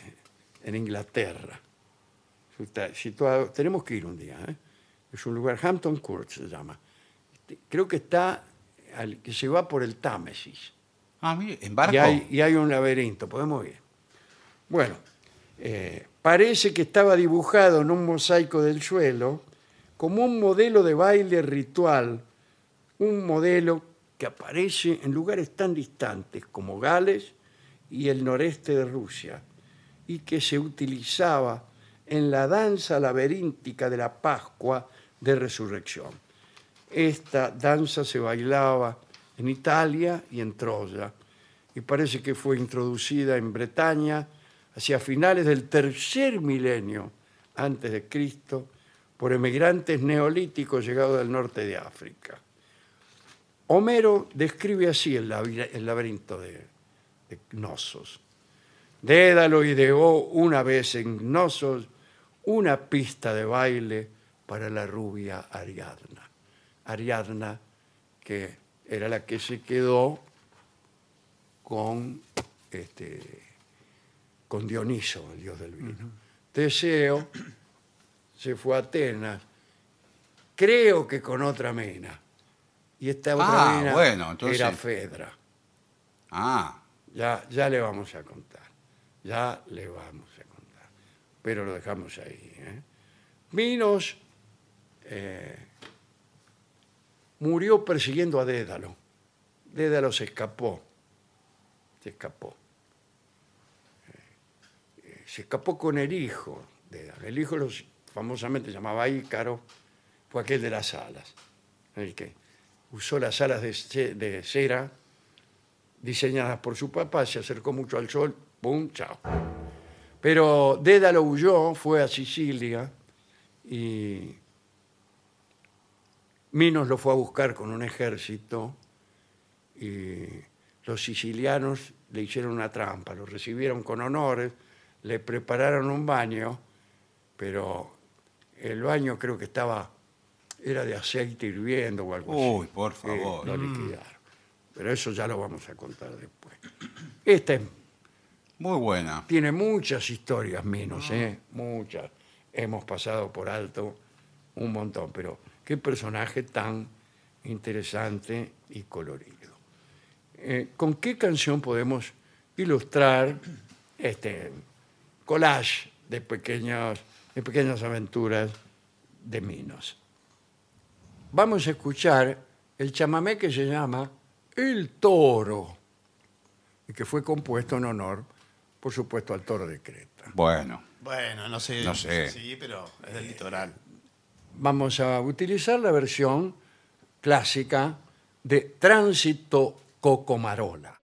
en Inglaterra. Está situado, tenemos que ir un día, ¿eh? es un lugar, Hampton Court se llama. Este, Creo que está, al, que se va por el Támesis.
Ah, mire, en barco.
Y hay, y hay un laberinto, podemos ir. Bueno, eh, parece que estaba dibujado en un mosaico del suelo como un modelo de baile ritual, un modelo que aparece en lugares tan distantes como Gales y el noreste de Rusia, y que se utilizaba en la danza laberíntica de la Pascua de Resurrección. Esta danza se bailaba en Italia y en Troya y parece que fue introducida en Bretaña hacia finales del tercer milenio antes de Cristo por emigrantes neolíticos llegados del norte de África. Homero describe así el, labi- el laberinto de, de Cnosos. Dédalo ideó una vez en Gnosos una pista de baile para la rubia Ariadna. Ariadna, que era la que se quedó con, este, con Dioniso, el dios del vino. Teseo se fue a Atenas, creo que con otra mena. Y esta otra
Ah,
mena
bueno, entonces-
era Fedra.
Ah,
Ya, ya le vamos a contar. Ya le vamos a contar. Pero lo dejamos ahí. ¿eh? Minos eh, murió persiguiendo a Dédalo. Dédalo se escapó. Se escapó. Eh, se escapó con el hijo. de Dédalo. El hijo los, famosamente llamaba Ícaro. Fue aquel de las alas. El que usó las alas de ce- de cera diseñadas por su papá, se acercó mucho al sol, ¡pum! ¡Chao! Pero Dédalo huyó, fue a Sicilia y Minos lo fue a buscar con un ejército y los sicilianos le hicieron una trampa, lo recibieron con honores, le prepararon un baño, pero el baño creo que estaba, era de aceite hirviendo o algo así.
uy, por
Eh,
favor.
lo liquidaron. Pero eso ya lo vamos a contar después. Esta es-
Muy buena.
tiene muchas historias menos, ¿eh? Muchas. Hemos pasado por alto un montón, pero qué personaje tan interesante y colorido. Eh, ¿Con qué canción podemos ilustrar este, collage de, pequeños, de pequeñas aventuras de Minos. Vamos a escuchar el chamamé que se llama El Toro, y que fue compuesto en honor, por supuesto, al toro de Creta.
Bueno,
Bueno, no sé. Eh,
No sé.
Sí, pero es del litoral.
Vamos a utilizar la versión clásica de Tránsito Cocomarola.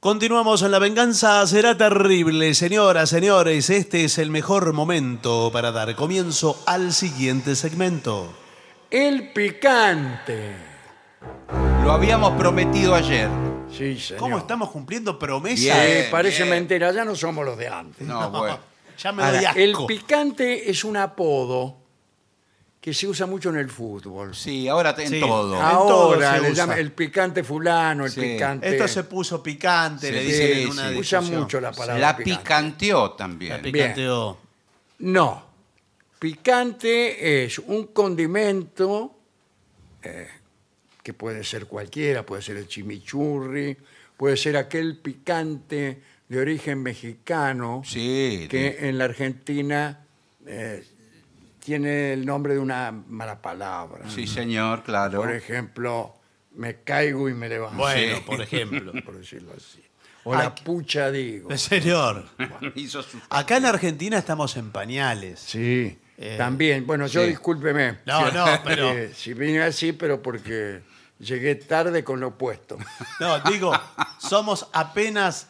Continuamos en La Venganza Será Terrible. Señoras, señores, este es el mejor momento para dar comienzo al siguiente segmento.
El picante.
lo habíamos prometido ayer.
Sí, señor.
¿Cómo estamos cumpliendo promesas?
Bien.
Eh, parece
bien.
mentira, ya no somos los de antes.
No, bueno.
Ya me
Ahora,
doy
el
asco.
picante es un apodo que se usa mucho en el fútbol.
Sí, ahora te- en
Sí.
todo.
Ah,
Ahora
todo se
le
usa.
llaman el picante fulano, el
Sí.
picante.
Esto se puso picante,
Sí,
le dicen
sí,
en una
sí.
usa
discusión.
mucho la palabra.
la
picante.
picanteó
La
también.
picanteó.
No. Picante es un condimento eh, que puede ser cualquiera, puede ser el chimichurri, puede ser aquel picante de origen mexicano
Sí,
que en la Argentina eh, tiene el nombre de una mala palabra.
sí, señor, claro.
Por ejemplo, me caigo y me levanto.
Bueno,
Sí.
por ejemplo.
por decirlo así. O la pucha digo.
Señor,
Hizo su-
acá en Argentina estamos en pañales.
Sí, también. Bueno, yo
sí.
discúlpeme.
No, no, pero-
Eh, si vine así, pero porque llegué tarde con lo puesto.
No, digo, somos apenas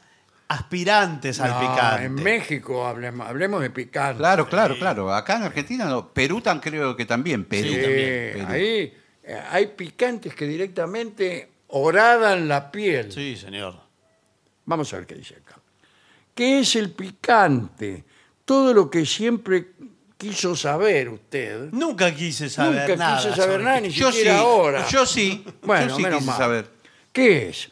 aspirantes al
No,
picante.
en México hablemos, hablemos de picante.
Claro, claro, claro. Acá en Argentina no. Perú tan creo que también. Perú.
Sí,
Perú.
ahí eh, hay picantes que directamente horadan la piel.
Sí, señor.
Vamos a ver qué dice acá. ¿Qué es el picante? Todo lo que siempre quiso saber usted.
Nunca quise saber
Nunca
nada.
quise saber
sobre
nada,
picantes.
ni
Yo sí.
siquiera ahora.
Yo sí.
Bueno,
yo sí
menos
quise
mal.
saber.
¿Qué es?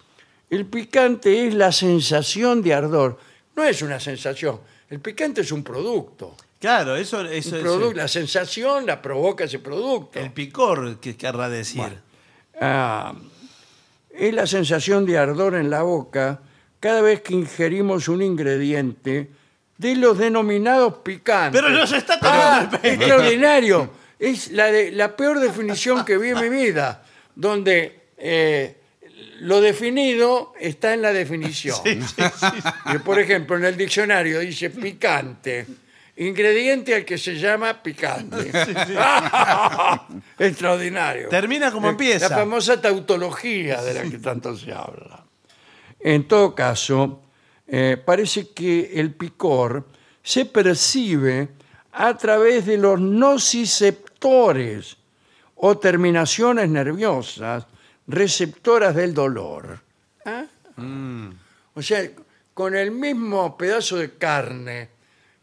El picante es la sensación de ardor. No es una sensación. El picante es un producto.
Claro, eso, eso
Un
es
produ-
el,
La sensación la provoca ese producto.
el picor que querrá decir.
Ah, es la sensación de ardor en la boca cada vez que ingerimos un ingrediente de los denominados picantes.
Pero no se está
Ah,
tomando el pelo.
extraordinario. Es la, de- la peor definición que vi en mi vida, donde eh, lo definido está en la definición. Y, por ejemplo, en el diccionario dice picante, ingrediente al que se llama picante. Extraordinario.
Termina como
Eh,
empieza.
La famosa tautología de la que tanto se habla. En todo caso, eh, parece que el picor se percibe a través de los nociceptores o terminaciones nerviosas receptoras del dolor. ¿Ah?
Mm.
O sea, con el mismo pedazo de carne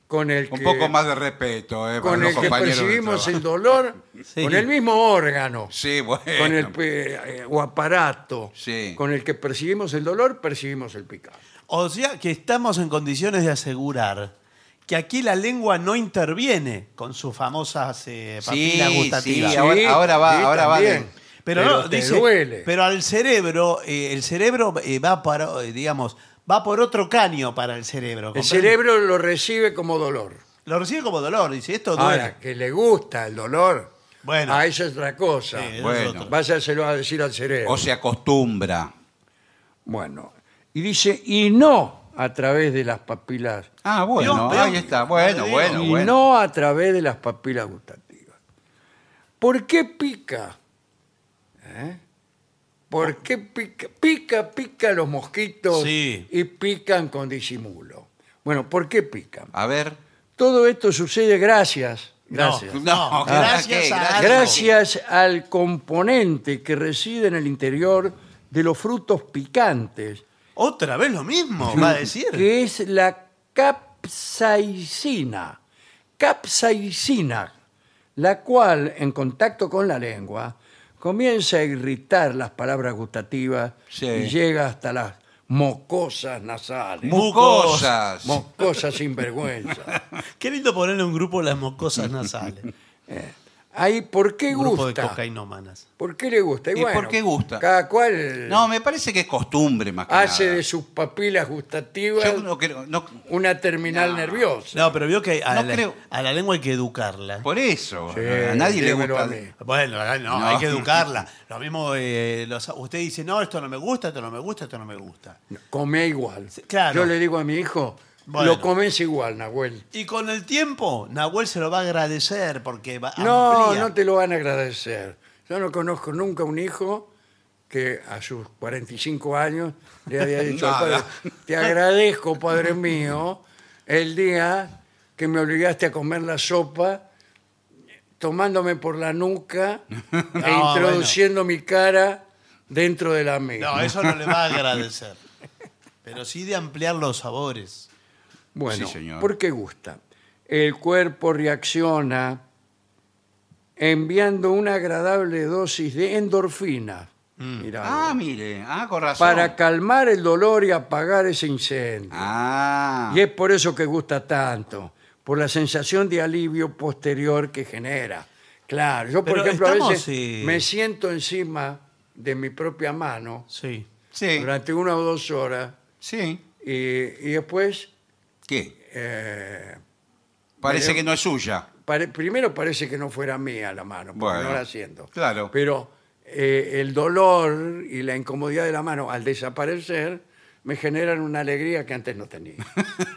con el
Un
que,
poco más de respeto, eh, para
con
los
el que
compañeros de
percibimos el
trabajo.
dolor,
Sí.
con el mismo órgano
Sí, bueno.
con el pe- eh, o aparato
Sí.
con el que percibimos el dolor, percibimos el picante.
O sea que estamos en condiciones de asegurar que aquí la lengua no interviene con sus famosas eh, papilas
Sí,
gustativas.
sí, ahora- va- ahora va
también.
de-
Pero, no,
te
dice,
duele.
pero al cerebro, eh, el cerebro eh, va para, eh, digamos, va por otro caño para el cerebro.
el
¿comprende?
cerebro lo recibe como dolor.
lo recibe como dolor, dice, esto duele.
Ahora, que le gusta el dolor,
Bueno. eh,
a eso es otra cosa.
Sí, eso es
bueno.
otro.
Váyaselo a decir al cerebro.
O se acostumbra.
bueno, y dice, y no a través de las papilas,
Ah, bueno,
Dios, pero-
ahí está. Bueno,
Dios.
bueno,
y
bueno.
no a través de las papilas gustativas. ¿Por qué pica? ¿Eh? ¿Por qué pica? Pica, pica los mosquitos
Sí.
y pican con disimulo. Bueno, ¿por qué pican?
A ver.
Todo esto sucede gracias,
No,
gracias, Ah,
No,
No,
gracias,
¿qué?
a
Gracias.
algo.
gracias al componente que reside en el interior de los frutos picantes,
Otra vez lo mismo,
Oh,
va a decir.
que es la capsaicina. Capsaicina, la cual en contacto con la lengua comienza a irritar las palabras gustativas
Sí.
y llega hasta las mocosas nasales.
Mucosas.
mocosas sinvergüenza.
Qué lindo ponerle un grupo las mocosas nasales.
Ahí, ¿por qué
Un grupo de
gusta?
cocainómanas.
¿Por qué le gusta?
¿Y por qué gusta?
Cada cual
No, me parece que es costumbre más que
hace
nada.
de sus papilas gustativas
Yo no creo- no-
una terminal
No.
nerviosa.
No, pero vio que a,
No
la,
creo.
a la lengua hay que educarla.
por eso,
Sí,
a nadie le
dímelo
gusta.
a mí.
Bueno, no,
No.
hay que educarla. Lo mismo, eh, los- usted dice, no, esto no me gusta, esto no me gusta, esto no me gusta.
Comé igual.
Sí, claro.
Yo le digo a mi hijo,
Bueno.
lo comes igual, Nahuel.
Y con el tiempo, Nahuel se lo va a agradecer porque va
No,
amplía.
no te lo van a agradecer. Yo no conozco nunca un hijo que a sus 45 años le había dicho al padre,
Nada.
te agradezco, padre mío, el día que me obligaste a comer la sopa tomándome por la nuca e
No,
introduciendo mi cara dentro de la mesa.
No, eso no le va a agradecer. Pero sí de ampliar los sabores.
Bueno,
Sí, señor.
¿por qué gusta? El cuerpo reacciona enviando una agradable dosis de endorfina. Mirá,
Ah, mire, ah, con razón.
para calmar el dolor y apagar ese incendio.
Ah,
Y es por eso que gusta tanto, por la sensación de alivio posterior que genera. Claro, yo por
Pero
ejemplo a
estamos,
veces
eh,
me siento encima de mi propia mano
Sí.
sí,
durante una o dos horas
sí.
y, y después
¿Qué?
eh,
Parece
Pero-
que no es suya.
Pare- primero parece que no fuera mía la mano, porque
Bueno,
no la siento.
claro.
Pero eh, el dolor y la incomodidad de la mano al desaparecer me generan una alegría que antes no tenía.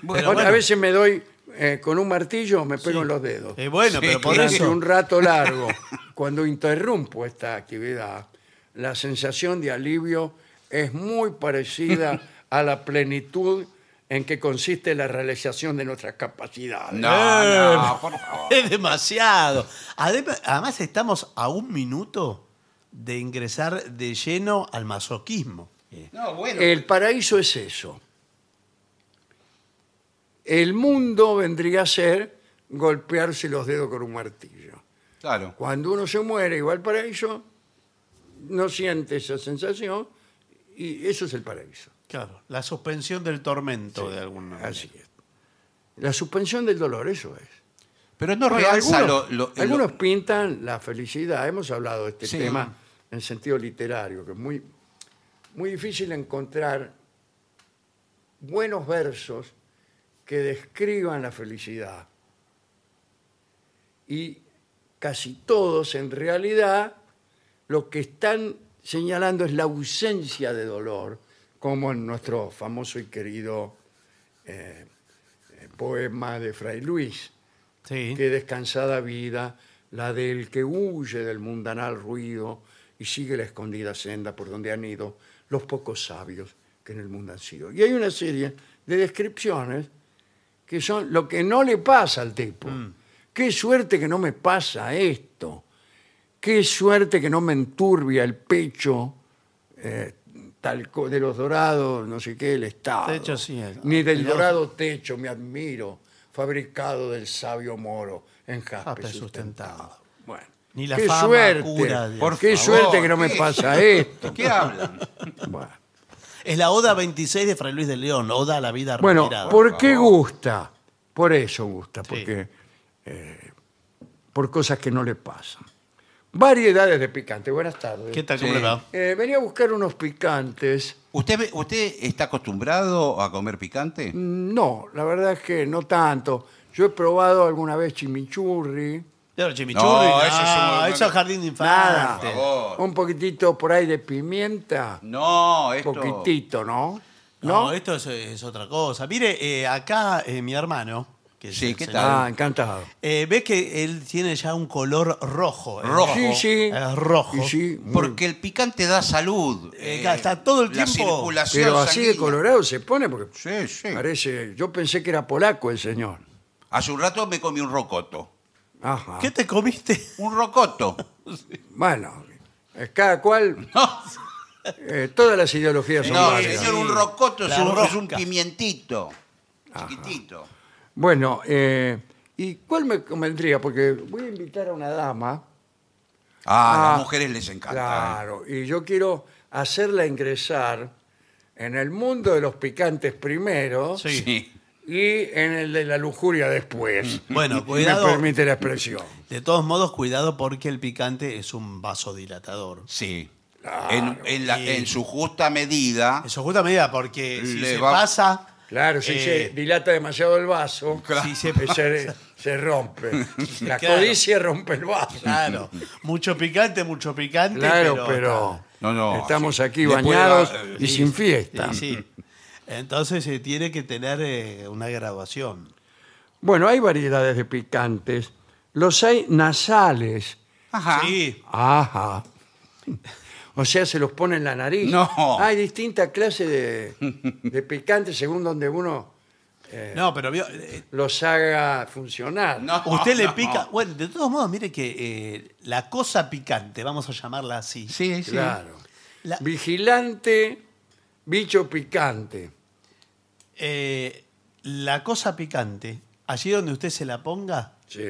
Bueno,
Otra-
bueno.
A veces me doy eh, con un martillo, me pego en los dedos.
Eh, bueno,
Sí,
pero por
claro.
Durante
eso.
un rato largo, cuando interrumpo esta actividad, la sensación de alivio es muy parecida a la plenitud en que consiste la realización de nuestras capacidades. Eh.
No, no, por favor.
Es demasiado. Adem- Además, estamos a un minuto de ingresar de lleno al masoquismo. Eh,
No, bueno.
El paraíso es eso. El mundo vendría a ser golpearse los dedos con un martillo.
Claro.
Cuando uno se muere y va al paraíso, no siente esa sensación y eso es el paraíso.
Claro, la suspensión del tormento de alguna manera.
Así es. La suspensión del dolor, eso es.
Pero no
Bueno,
realza
algunos,
lo- lo- lo-
algunos pintan la felicidad. Hemos hablado de este
Sí.
tema en sentido literario, que es muy, muy difícil encontrar buenos versos que describan la felicidad. Y casi todos, en realidad, lo que están señalando es la ausencia de dolor, como en nuestro famoso y querido eh, eh, poema de Fray Luis
Sí.
qué descansada vida, la del que huye del mundanal ruido y sigue la escondida senda por donde han ido los pocos sabios que en el mundo han sido. Y hay una serie de descripciones que son lo que no le pasa al tipo.
Mm.
Qué suerte que no me pasa esto. Qué suerte que no me enturbia el pecho eh, tal co- de los dorados, no sé qué, el estado.
Techo, sí, el-
Ni del
el-
dorado techo me admiro, fabricado del sabio moro en jaspe
Jaspe
sustentado.
Ah, sustentado.
Bueno,
Ni la
qué
fama
suerte,
cura de-
Por
qué
favor,
suerte que no me
¿qué?
pasa esto.
¿De qué hablan?
Bueno.
Es la Oda 26 de Fray Luis de León, Oda a la vida
Bueno,
retirada.
¿por qué gusta? Por eso gusta, porque eh, por cosas que no le pasan. Variedades de picante. Buenas tardes.
¿Qué tal?
Sí.
¿Cómo le va?
Eh, venía a buscar unos picantes.
¿Usted, ve- ¿Usted está acostumbrado a comer picante?
Mm. No, la verdad es que no tanto. Yo he probado alguna vez chimichurri,
Claro, chimichurri.
No,
No,
eso
eso,
es un-
es jardín de
nada.
infantes.
favor.
Un poquitito por ahí de pimienta,
No, esto...
poquitito, ¿no?
No,
¿No?
esto es, es otra cosa. Mire, eh, acá eh, mi hermano, que es
Sí,
el
¿qué
señor,
Ah, encantado.
eh, ve que él tiene ya un color rojo. eh.
Rojo.
Sí, sí.
Es rojo.
Y sí, muy-
Porque el picante da salud.
Eh, está todo el
la
tiempo.
circulación
pero así de
sanguínea.
colorado se pone porque
Sí, sí.
parece. Yo pensé que era polaco el señor.
Hace un rato me comí un rocoto.
Ajá.
¿Qué te comiste?
Un rocoto.
Bueno, eh, cada cual. eh, todas las ideologías son
No,
válidas.
señor, un rocoto es
La
un, es un
rosca.
pimientito. Chiquitito.
Bueno, eh, ¿y cuál me convendría? Porque voy a invitar a una dama.
Ah,
Ah,
a las mujeres les encanta. ¿eh?
Claro, y yo quiero hacerla ingresar en el mundo de los picantes primero
eh. Sí.
y en el de la lujuria después.
Bueno,
Si
cuidado.
Me permite la expresión.
De todos modos, cuidado porque el picante es un vasodilatador.
Sí. en, en la- en su justa
Ah.
medida.
En su justa medida, porque si
Le
se
va-
pasa.
Claro, si
eh,
se dilata demasiado el vaso,
Si se
eh, se, se rompe. La
Claro.
codicia rompe el vaso.
Claro, mucho picante, mucho picante.
Claro, pero,
No, no,
estamos
sí.
aquí
Le puede
bañados
dar, eh,
y sin fiesta.
Sí, sí. Entonces se tiene que tener eh, una graduación.
Bueno, hay variedades de picantes. Los hay nasales.
Ajá.
Sí,
Ajá. O sea, se los pone en la nariz.
No.
Hay distintas clases de, de picantes según donde uno
no, pero vio, eh,
los haga funcionar.
No,
usted le
no.
pica. Bueno, de todos modos, mire que eh, la cosa picante, vamos a llamarla así.
Sí, sí.
Claro.
La-
Vigilante, bicho picante.
eh, la cosa picante, allí donde usted se la ponga,
Sí.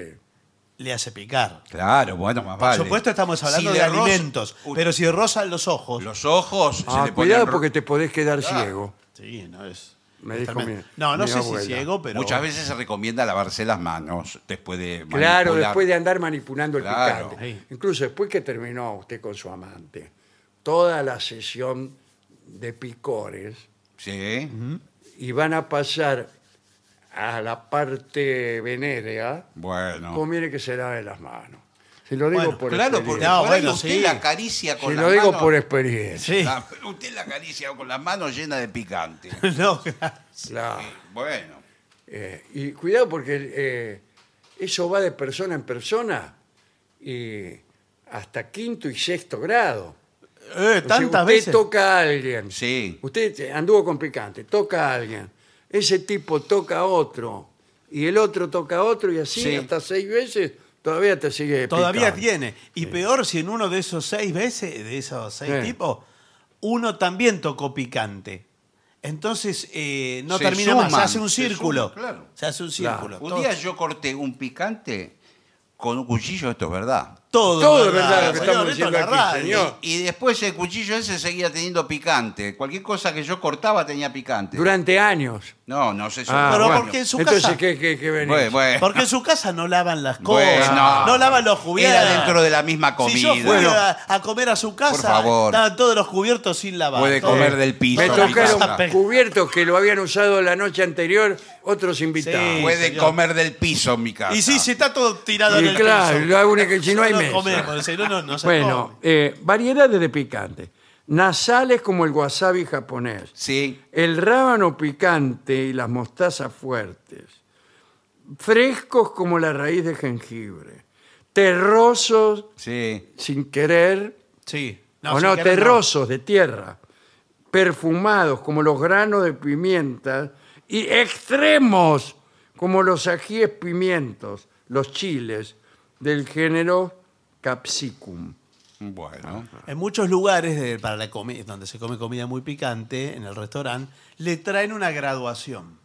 le hace picar.
Claro, bueno, más
Por
vale.
supuesto, estamos hablando
Si
de
le roza-
alimentos,
u-
pero si rozan los ojos.
Los ojos
Ah,
se le ponen
cuidado
ro-
porque te podés quedar ciego.
Sí, no es.
Me
es
dijo
tremendo.
mi-
no, no
mi
sé
abuela.
si ciego, pero.
Muchas veces se recomienda lavarse las manos después de
Claro,
manipular.
después de andar manipulando el
Claro.
picante.
Sí.
Incluso después que terminó usted con su amante, toda la sesión de picores
Sí.
y van a pasar a la parte venérea,
Bueno.
conviene que se lave las manos. Se lo digo
Bueno,
por
Claro, porque
experiencia.
No,
por ahí
bueno,
usted
sí.
la acaricia con
Se
las
lo digo
manos-
por experiencia.
Sí.
la- usted la acaricia con las manos llenas de picante.
No, claro.
Claro.
Bueno.
Eh, y cuidado porque eh, eso va de persona en persona y hasta quinto y sexto grado.
Eh,
O sea,
tantas
usted
veces.
toca a alguien.
Sí.
Usted eh, anduvo con picante, toca a alguien. Ese tipo toca a otro. Y el otro toca a otro y así
Sí.
hasta seis veces todavía te sigue
Todavía
picando.
tiene. Y peor si en uno de esos seis veces, de esos seis
Sí.
tipos, uno también tocó picante. Entonces eh, no
Se
termina más, se
suman,
hace un
se
círculo.
suman, claro.
Se hace un
Claro.
círculo.
Un día yo corté un picante con un cuchillo, esto es verdad.
todo,
Todo es verdad lo que
señor,
estamos
esto es
diciendo
la
aquí,
radio.
señor.
Y después el cuchillo ese seguía teniendo picante. Cualquier cosa que yo cortaba tenía picante.
Durante años.
No, no sé si.
Ah,
Pero
bueno.
porque en su
Entonces,
casa-
¿qué, qué, qué venís?
Bueno, bueno.
Porque en su casa no lavan las cosas,
Bueno,
no. lavan los cubiertos.
Era dentro de la misma comida.
Si yo fui
Bueno.
a, a comer a su casa,
Por favor.
estaban todos los cubiertos sin lavar.
Puede
Todo.
comer del piso.
Eh, Me
en mi
tocaron
casa.
Pe-
cubiertos que lo habían usado la noche anterior otros invitados.
Sí,
Puede
señor.
comer del piso en mi casa.
Y sí, se está todo tirado
Y
en el
claro,
piso.
la única que si no hay mesa.
comemos, si no, no, no se
bueno,
come.
eh, variedades de picantes. Nasales como el wasabi japonés.
Sí.
El rábano picante y las mostazas fuertes. Frescos como la raíz de jengibre. Terrosos
Sí.
sin querer.
Sí.
o
si
no,
querés,
terrosos de tierra. Perfumados como los granos de pimienta. Y extremos como los ajíes pimientos, los chiles, del género capsicum.
Bueno.
En muchos lugares de- para la comi- donde se come comida muy picante, en el restaurante, le traen una graduación.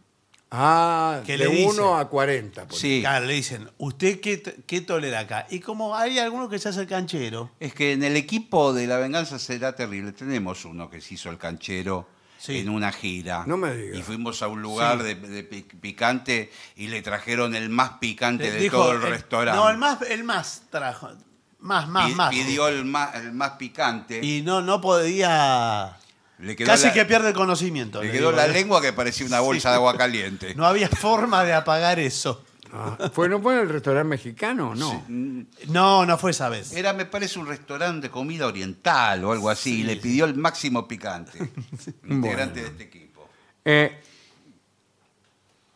Ah,
¿Qué
de
le dice?
1 a 40. por
Sí.
Claro, le dicen, ¿usted qué, t- qué tolera acá? Y como hay alguno que se hace el canchero,
Es que en el equipo de La Venganza será terrible. Tenemos uno que se hizo el canchero
Sí.
en una gira.
No me diga.
Y fuimos a un lugar de, de pi- picante y le trajeron el más picante
le
de
dijo,
todo el
eh,
restaurante.
No, el más, el más trajo. Más, más,
Pi-
más.
Pidió el más, el más picante.
Y no, no podía.
le quedó
Casi
la,
que pierde el conocimiento.
le
le
quedó
digo,
la
¿eh?
lengua que parecía una bolsa de agua caliente.
No había forma de apagar eso.
Ah, ¿Fue, ¿No fue en el restaurante mexicano? No.
No, no fue esa vez.
Era, me parece, un restaurante de comida oriental o algo así. y le pidió el máximo picante. Un Integrante de este equipo.
Eh,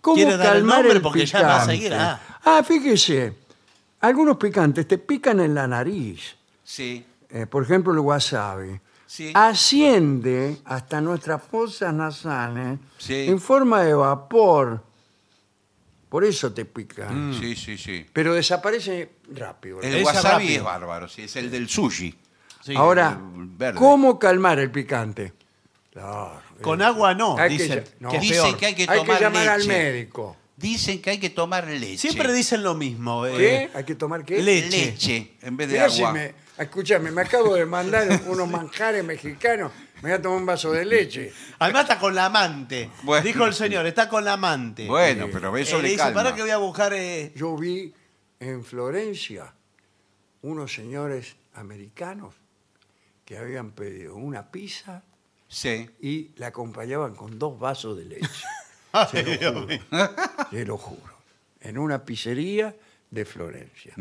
¿Cómo
¿Quiere dar el
calmar
nombre?
el
Porque ya va a
picante?
seguir, ah.
Ah, fíjese, algunos picantes te pican en la nariz.
Sí,
Eh, por ejemplo, el wasabi.
sí.
Ah,
Asciende hasta nuestras fosas nasales
Sí.
en forma de vapor. Por eso te pican.
Mm.
Sí, sí, sí.
Pero desaparece rápido.
El
Esa
wasabi
rápido.
es bárbaro, sí, es el del sushi.
Sí.
Ahora,
el verde.
¿cómo calmar el picante? Claro.
Con agua no,
Hay Ah, que
dicen.
ya- no.
que es
Dicen
peor.
eh, que hay que
Hay que
tomar
llamar al
leche.
médico.
Dicen que hay que tomar leche.
Siempre dicen lo mismo.
¿Qué?
eh.
¿Hay que tomar qué?
Le-
leche. en vez de
Mirá si
agua.
me- escúchame, me acabo de mandar unos manjares mexicanos voy a tomar un vaso de leche.
Además está con la amante.
Bueno.
Dijo el señor, está con la amante.
Bueno, pero
Eh,
eso
le
le
dice,
calma.
para que voy a buscar... eh,
Yo vi en Florencia unos señores americanos que habían pedido una pizza
Sí.
y la acompañaban con dos vasos de leche.
Ay, Dios mío.
Te lo juro. En una pizzería de Florencia.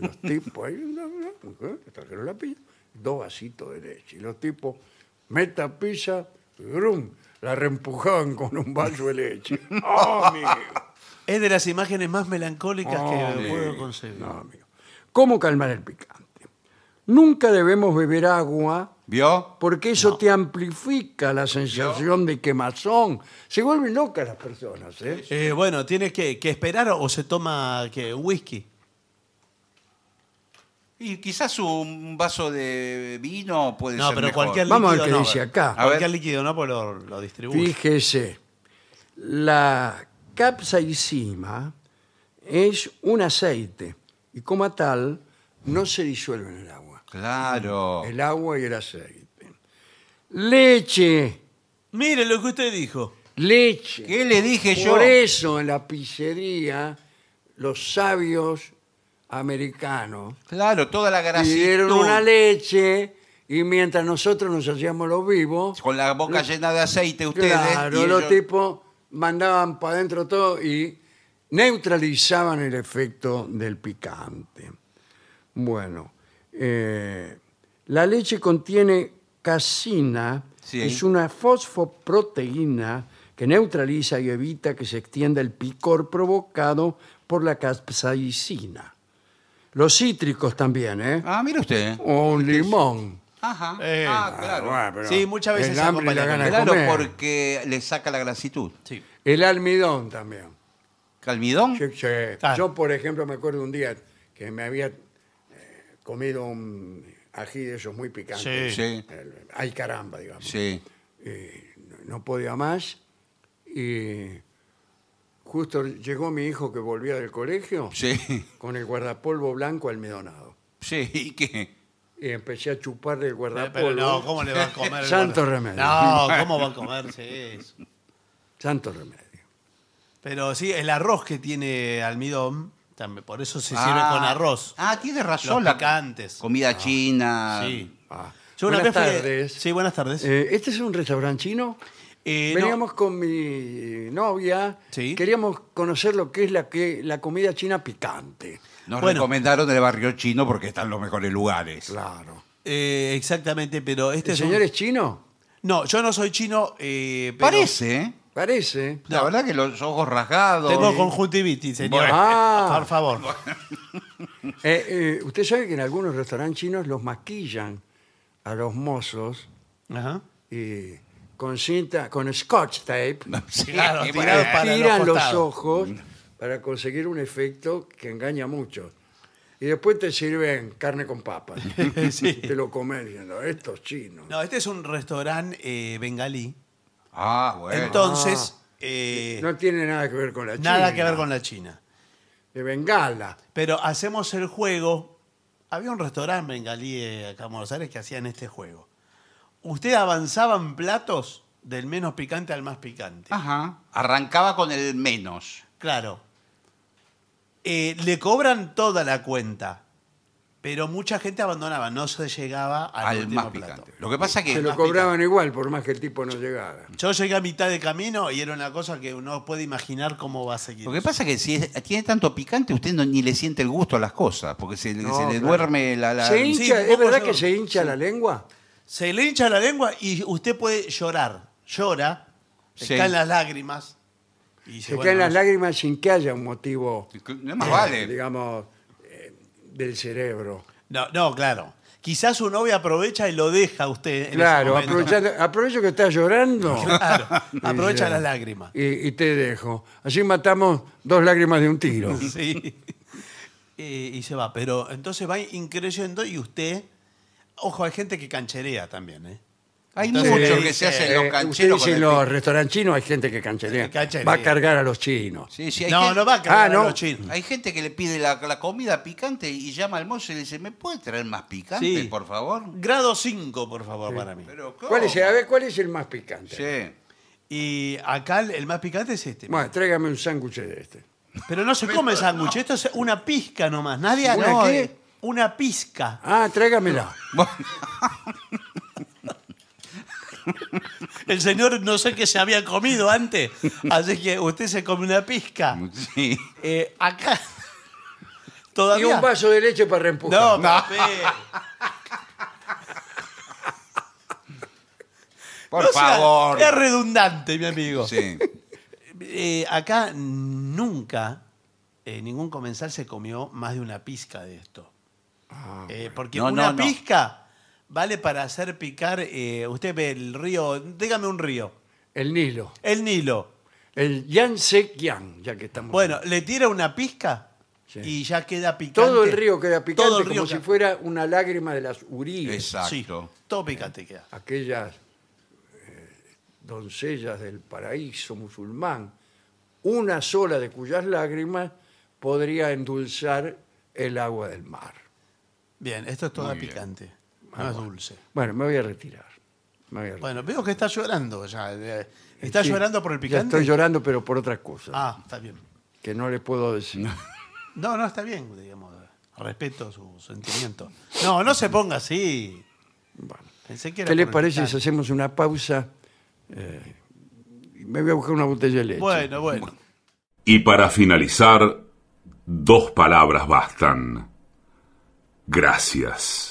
Los tipos ahí, no, no, no, trajeron la pizza, dos vasitos de leche. Y los tipos, meta pizza, ¡brum! la reempujaban con un vaso de leche. ¡Oh, amigo!
Es de las imágenes más melancólicas que
Oh,
Hombre.
puedo concebir.
No, amigo. ¿Cómo calmar el picante? Nunca debemos beber agua
¿Vio?
porque eso te amplifica la sensación de quemazón. Se vuelven locas las personas, ¿eh?
Eh, bueno, tienes que, que esperar o se toma ¿qué? un whisky.
Y quizás un vaso de vino puede
No,
ser
pero
mejor.
cualquier
Vamos a ver
líquido
qué
no.
dice acá.
A
Cualquier
ver.
líquido no, pues lo, lo distribuye.
Fíjese, la capsaicina es un aceite y como tal no se disuelve en el agua.
Claro.
El agua y el aceite. Leche,
Mire lo que usted dijo.
leche.
¿Qué le dije yo?
Por eso en la pizzería los sabios americanos
Claro, toda la grasitud.
pidieron una leche y mientras nosotros nos hacíamos los vivos,
Con la boca llena de aceite ustedes.
Claro,
y
los
ellos-
tipos mandaban para adentro todo y neutralizaban el efecto del picante. Bueno, eh, la leche contiene casina,
Sí.
es una fosfoproteína que neutraliza y evita que se extienda el picor provocado por la capsaicina. Los cítricos también, ¿eh?
Ah, mire usted.
O un limón.
Ajá.
Eh,
ah,
Ah,
claro.
bueno, pero
Sí, muchas veces
el hambre y la
acompañan.
gana de
Claro,
comer.
porque le saca la grasitud.
Sí.
El almidón también.
¿Calmidón?
Sí, sí.
Claro.
Yo, por ejemplo, me acuerdo un día que me había eh, comido un ají de esos muy picantes.
Sí.
Sí.
El- ay, caramba, digamos.
Sí.
No- No podía más. Y justo llegó mi hijo que volvía del colegio
Sí.
con el guardapolvo blanco almidonado.
Sí. ¿Y qué?
Y empecé a chupar del
Pero,
guardapolvo.
no, ¿cómo le va a comer? el
Santo
guarda-
remedio.
No, ¿cómo va a comerse eso?
Santo remedio.
Pero sí, el arroz que tiene almidón, también, por eso se
Ah.
sirve con arroz.
Ah, tiene razón.
Los picantes. Ah,
Comida china.
Sí.
Ah.
Yo una
Buenas
vez fui-
tardes.
Sí, buenas tardes.
Eh, ¿Este es un restaurante chino?
Eh, no.
Veníamos con mi novia,
Sí.
queríamos conocer lo que es la, que, la comida china picante.
Nos
Bueno.
recomendaron el barrio chino porque están los mejores lugares.
Claro.
Eh, exactamente, pero este
¿El
es un-
señor es chino?
No, yo no soy chino, eh, pero
Parece, ¿eh?
Parece.
La verdad que los ojos rasgados.
Tengo conjuntivitis, señor.
Bueno.
Ah.
Por favor.
Eh, eh, usted sabe que en algunos restaurantes chinos los maquillan a los mozos
Ajá.
y con cinta, con scotch tape,
Sí,
Claro,
bueno.
tirados Eh, para- los
tiran los,
costados. Mm.
ojos para conseguir un efecto que engaña mucho. Y después te sirven carne con papas.
Sí.
Te lo comes diciendo, estos chinos.
No, este es un restaurante eh, bengalí.
Ah, bueno.
Entonces, eh,
Ah. No tiene nada que ver con la China.
nada que ver con la China.
De Bengala.
Pero hacemos el juego. Había un restaurante bengalí eh, acá en Buenos Aires que hacían este juego. Usted avanzaban platos del menos picante al más picante.
Ah.
Ajá. Arrancaba con el menos.
Claro. Eh, le cobran toda la cuenta. Pero mucha gente abandonaba, no se llegaba al,
Al,
último
más
plato.
picante. Lo que pasa que.
Se lo
más
cobraban igual, por más que el tipo no llegara.
Yo llegué a mitad de camino y era una cosa que uno puede imaginar cómo va a seguir.
Lo que pasa es que si es- tiene tanto picante, usted no, ni le siente el gusto a las cosas, porque se, le-
No,
se le
claro.
duerme la... la-
¿Se
Sí,
hincha?
¿cómo
¿Es verdad
yo?
que se hincha la lengua?
Se le hincha la lengua y usted puede llorar. Llora, se
Sí.
caen las lágrimas. Y dice,
Se
bueno,
caen las
no-
lágrimas sin que haya un motivo,
No más
eh,
vale.
digamos, eh, del cerebro.
No, no, claro. Quizás su novio aprovecha y lo deja a usted. en
Claro,
ese momento.
aprovechando- aprovecho que estás llorando
Claro,
Y
aprovecha
dice,
las lágrimas.
y, y te dejo. Así matamos dos lágrimas de un tiro.
Sí. Eh, y se va. Pero entonces va increyendo y usted. Ojo, hay gente que cancherea también, ¿eh?
Hay
Entonces,
muchos que
dice,
se hacen
Eh,
los
usted
cancheros
dice
con
en
el
los
pi-
restaurantes chinos hay gente que cancherea.
Que cancherea.
Va a cargar a los chinos.
Sí, sí, hay
no,
gente-
no va a cargar
Ah, no.
a los chinos.
Hay gente que le pide la, la comida picante y llama al mozo y le dice, ¿me puede traer más picante,
Sí.
por favor?
Grado 5, por favor, para mí.
Pero, ¿cómo?
¿Cuál es, a ver, ¿cuál es el más picante?
Sí.
Y acá el- el más picante es este.
Bueno, tráigame un sándwich de este.
Pero no se come sándwich, esto es una pizca nomás. Nadie
¿Una
no,
qué?
eh, Una pizca.
Ah, tráigamela.
El señor no sé qué se había comido antes, así que usted se come una pizca.
Sí.
Eh, acá
Y
todavía...
un vaso de leche para reempujar.
No, papel.
Por
No sea-
favor.
Es redundante, mi amigo.
Sí.
Eh, acá nunca eh, ningún comensal se comió más de una pizca de esto. Eh, porque
Ah, No,
una
no, no.
pizca vale para hacer picar. eh, usted ve el río, dígame un río,
El Nilo.
el Nilo.
El Yangtze Kiang, ya que estamos.
Bueno, le tira una pizca
Sí.
y ya queda picante.
todo el río queda picante
Todo el río
como si
queda-
fuera una lágrima de las urinas.
Sí,
Exacto.
todo picante queda.
aquellas eh, doncellas del paraíso musulmán, una sola de cuyas lágrimas podría endulzar el agua del mar.
Bien, esto es todo
Muy bien.
picante. No es dulce.
Bueno, me voy a retirar. Me voy a retirar.
Bueno, veo que está llorando ya. eh, ¿Está
Sí,
llorando por el
ya
picante?
estoy llorando, pero por otra cosa,
Ah, está bien.
que no le puedo decir.
No, no, está bien, digamos. Respeto su sentimiento. No, no se ponga así.
Bueno.
Pensé que era
¿Qué les
por el
parece si
picante.
hacemos una pausa? Eh, me voy a buscar una botella de leche.
Bueno, bueno.
Y para finalizar, dos palabras bastan. Gracias.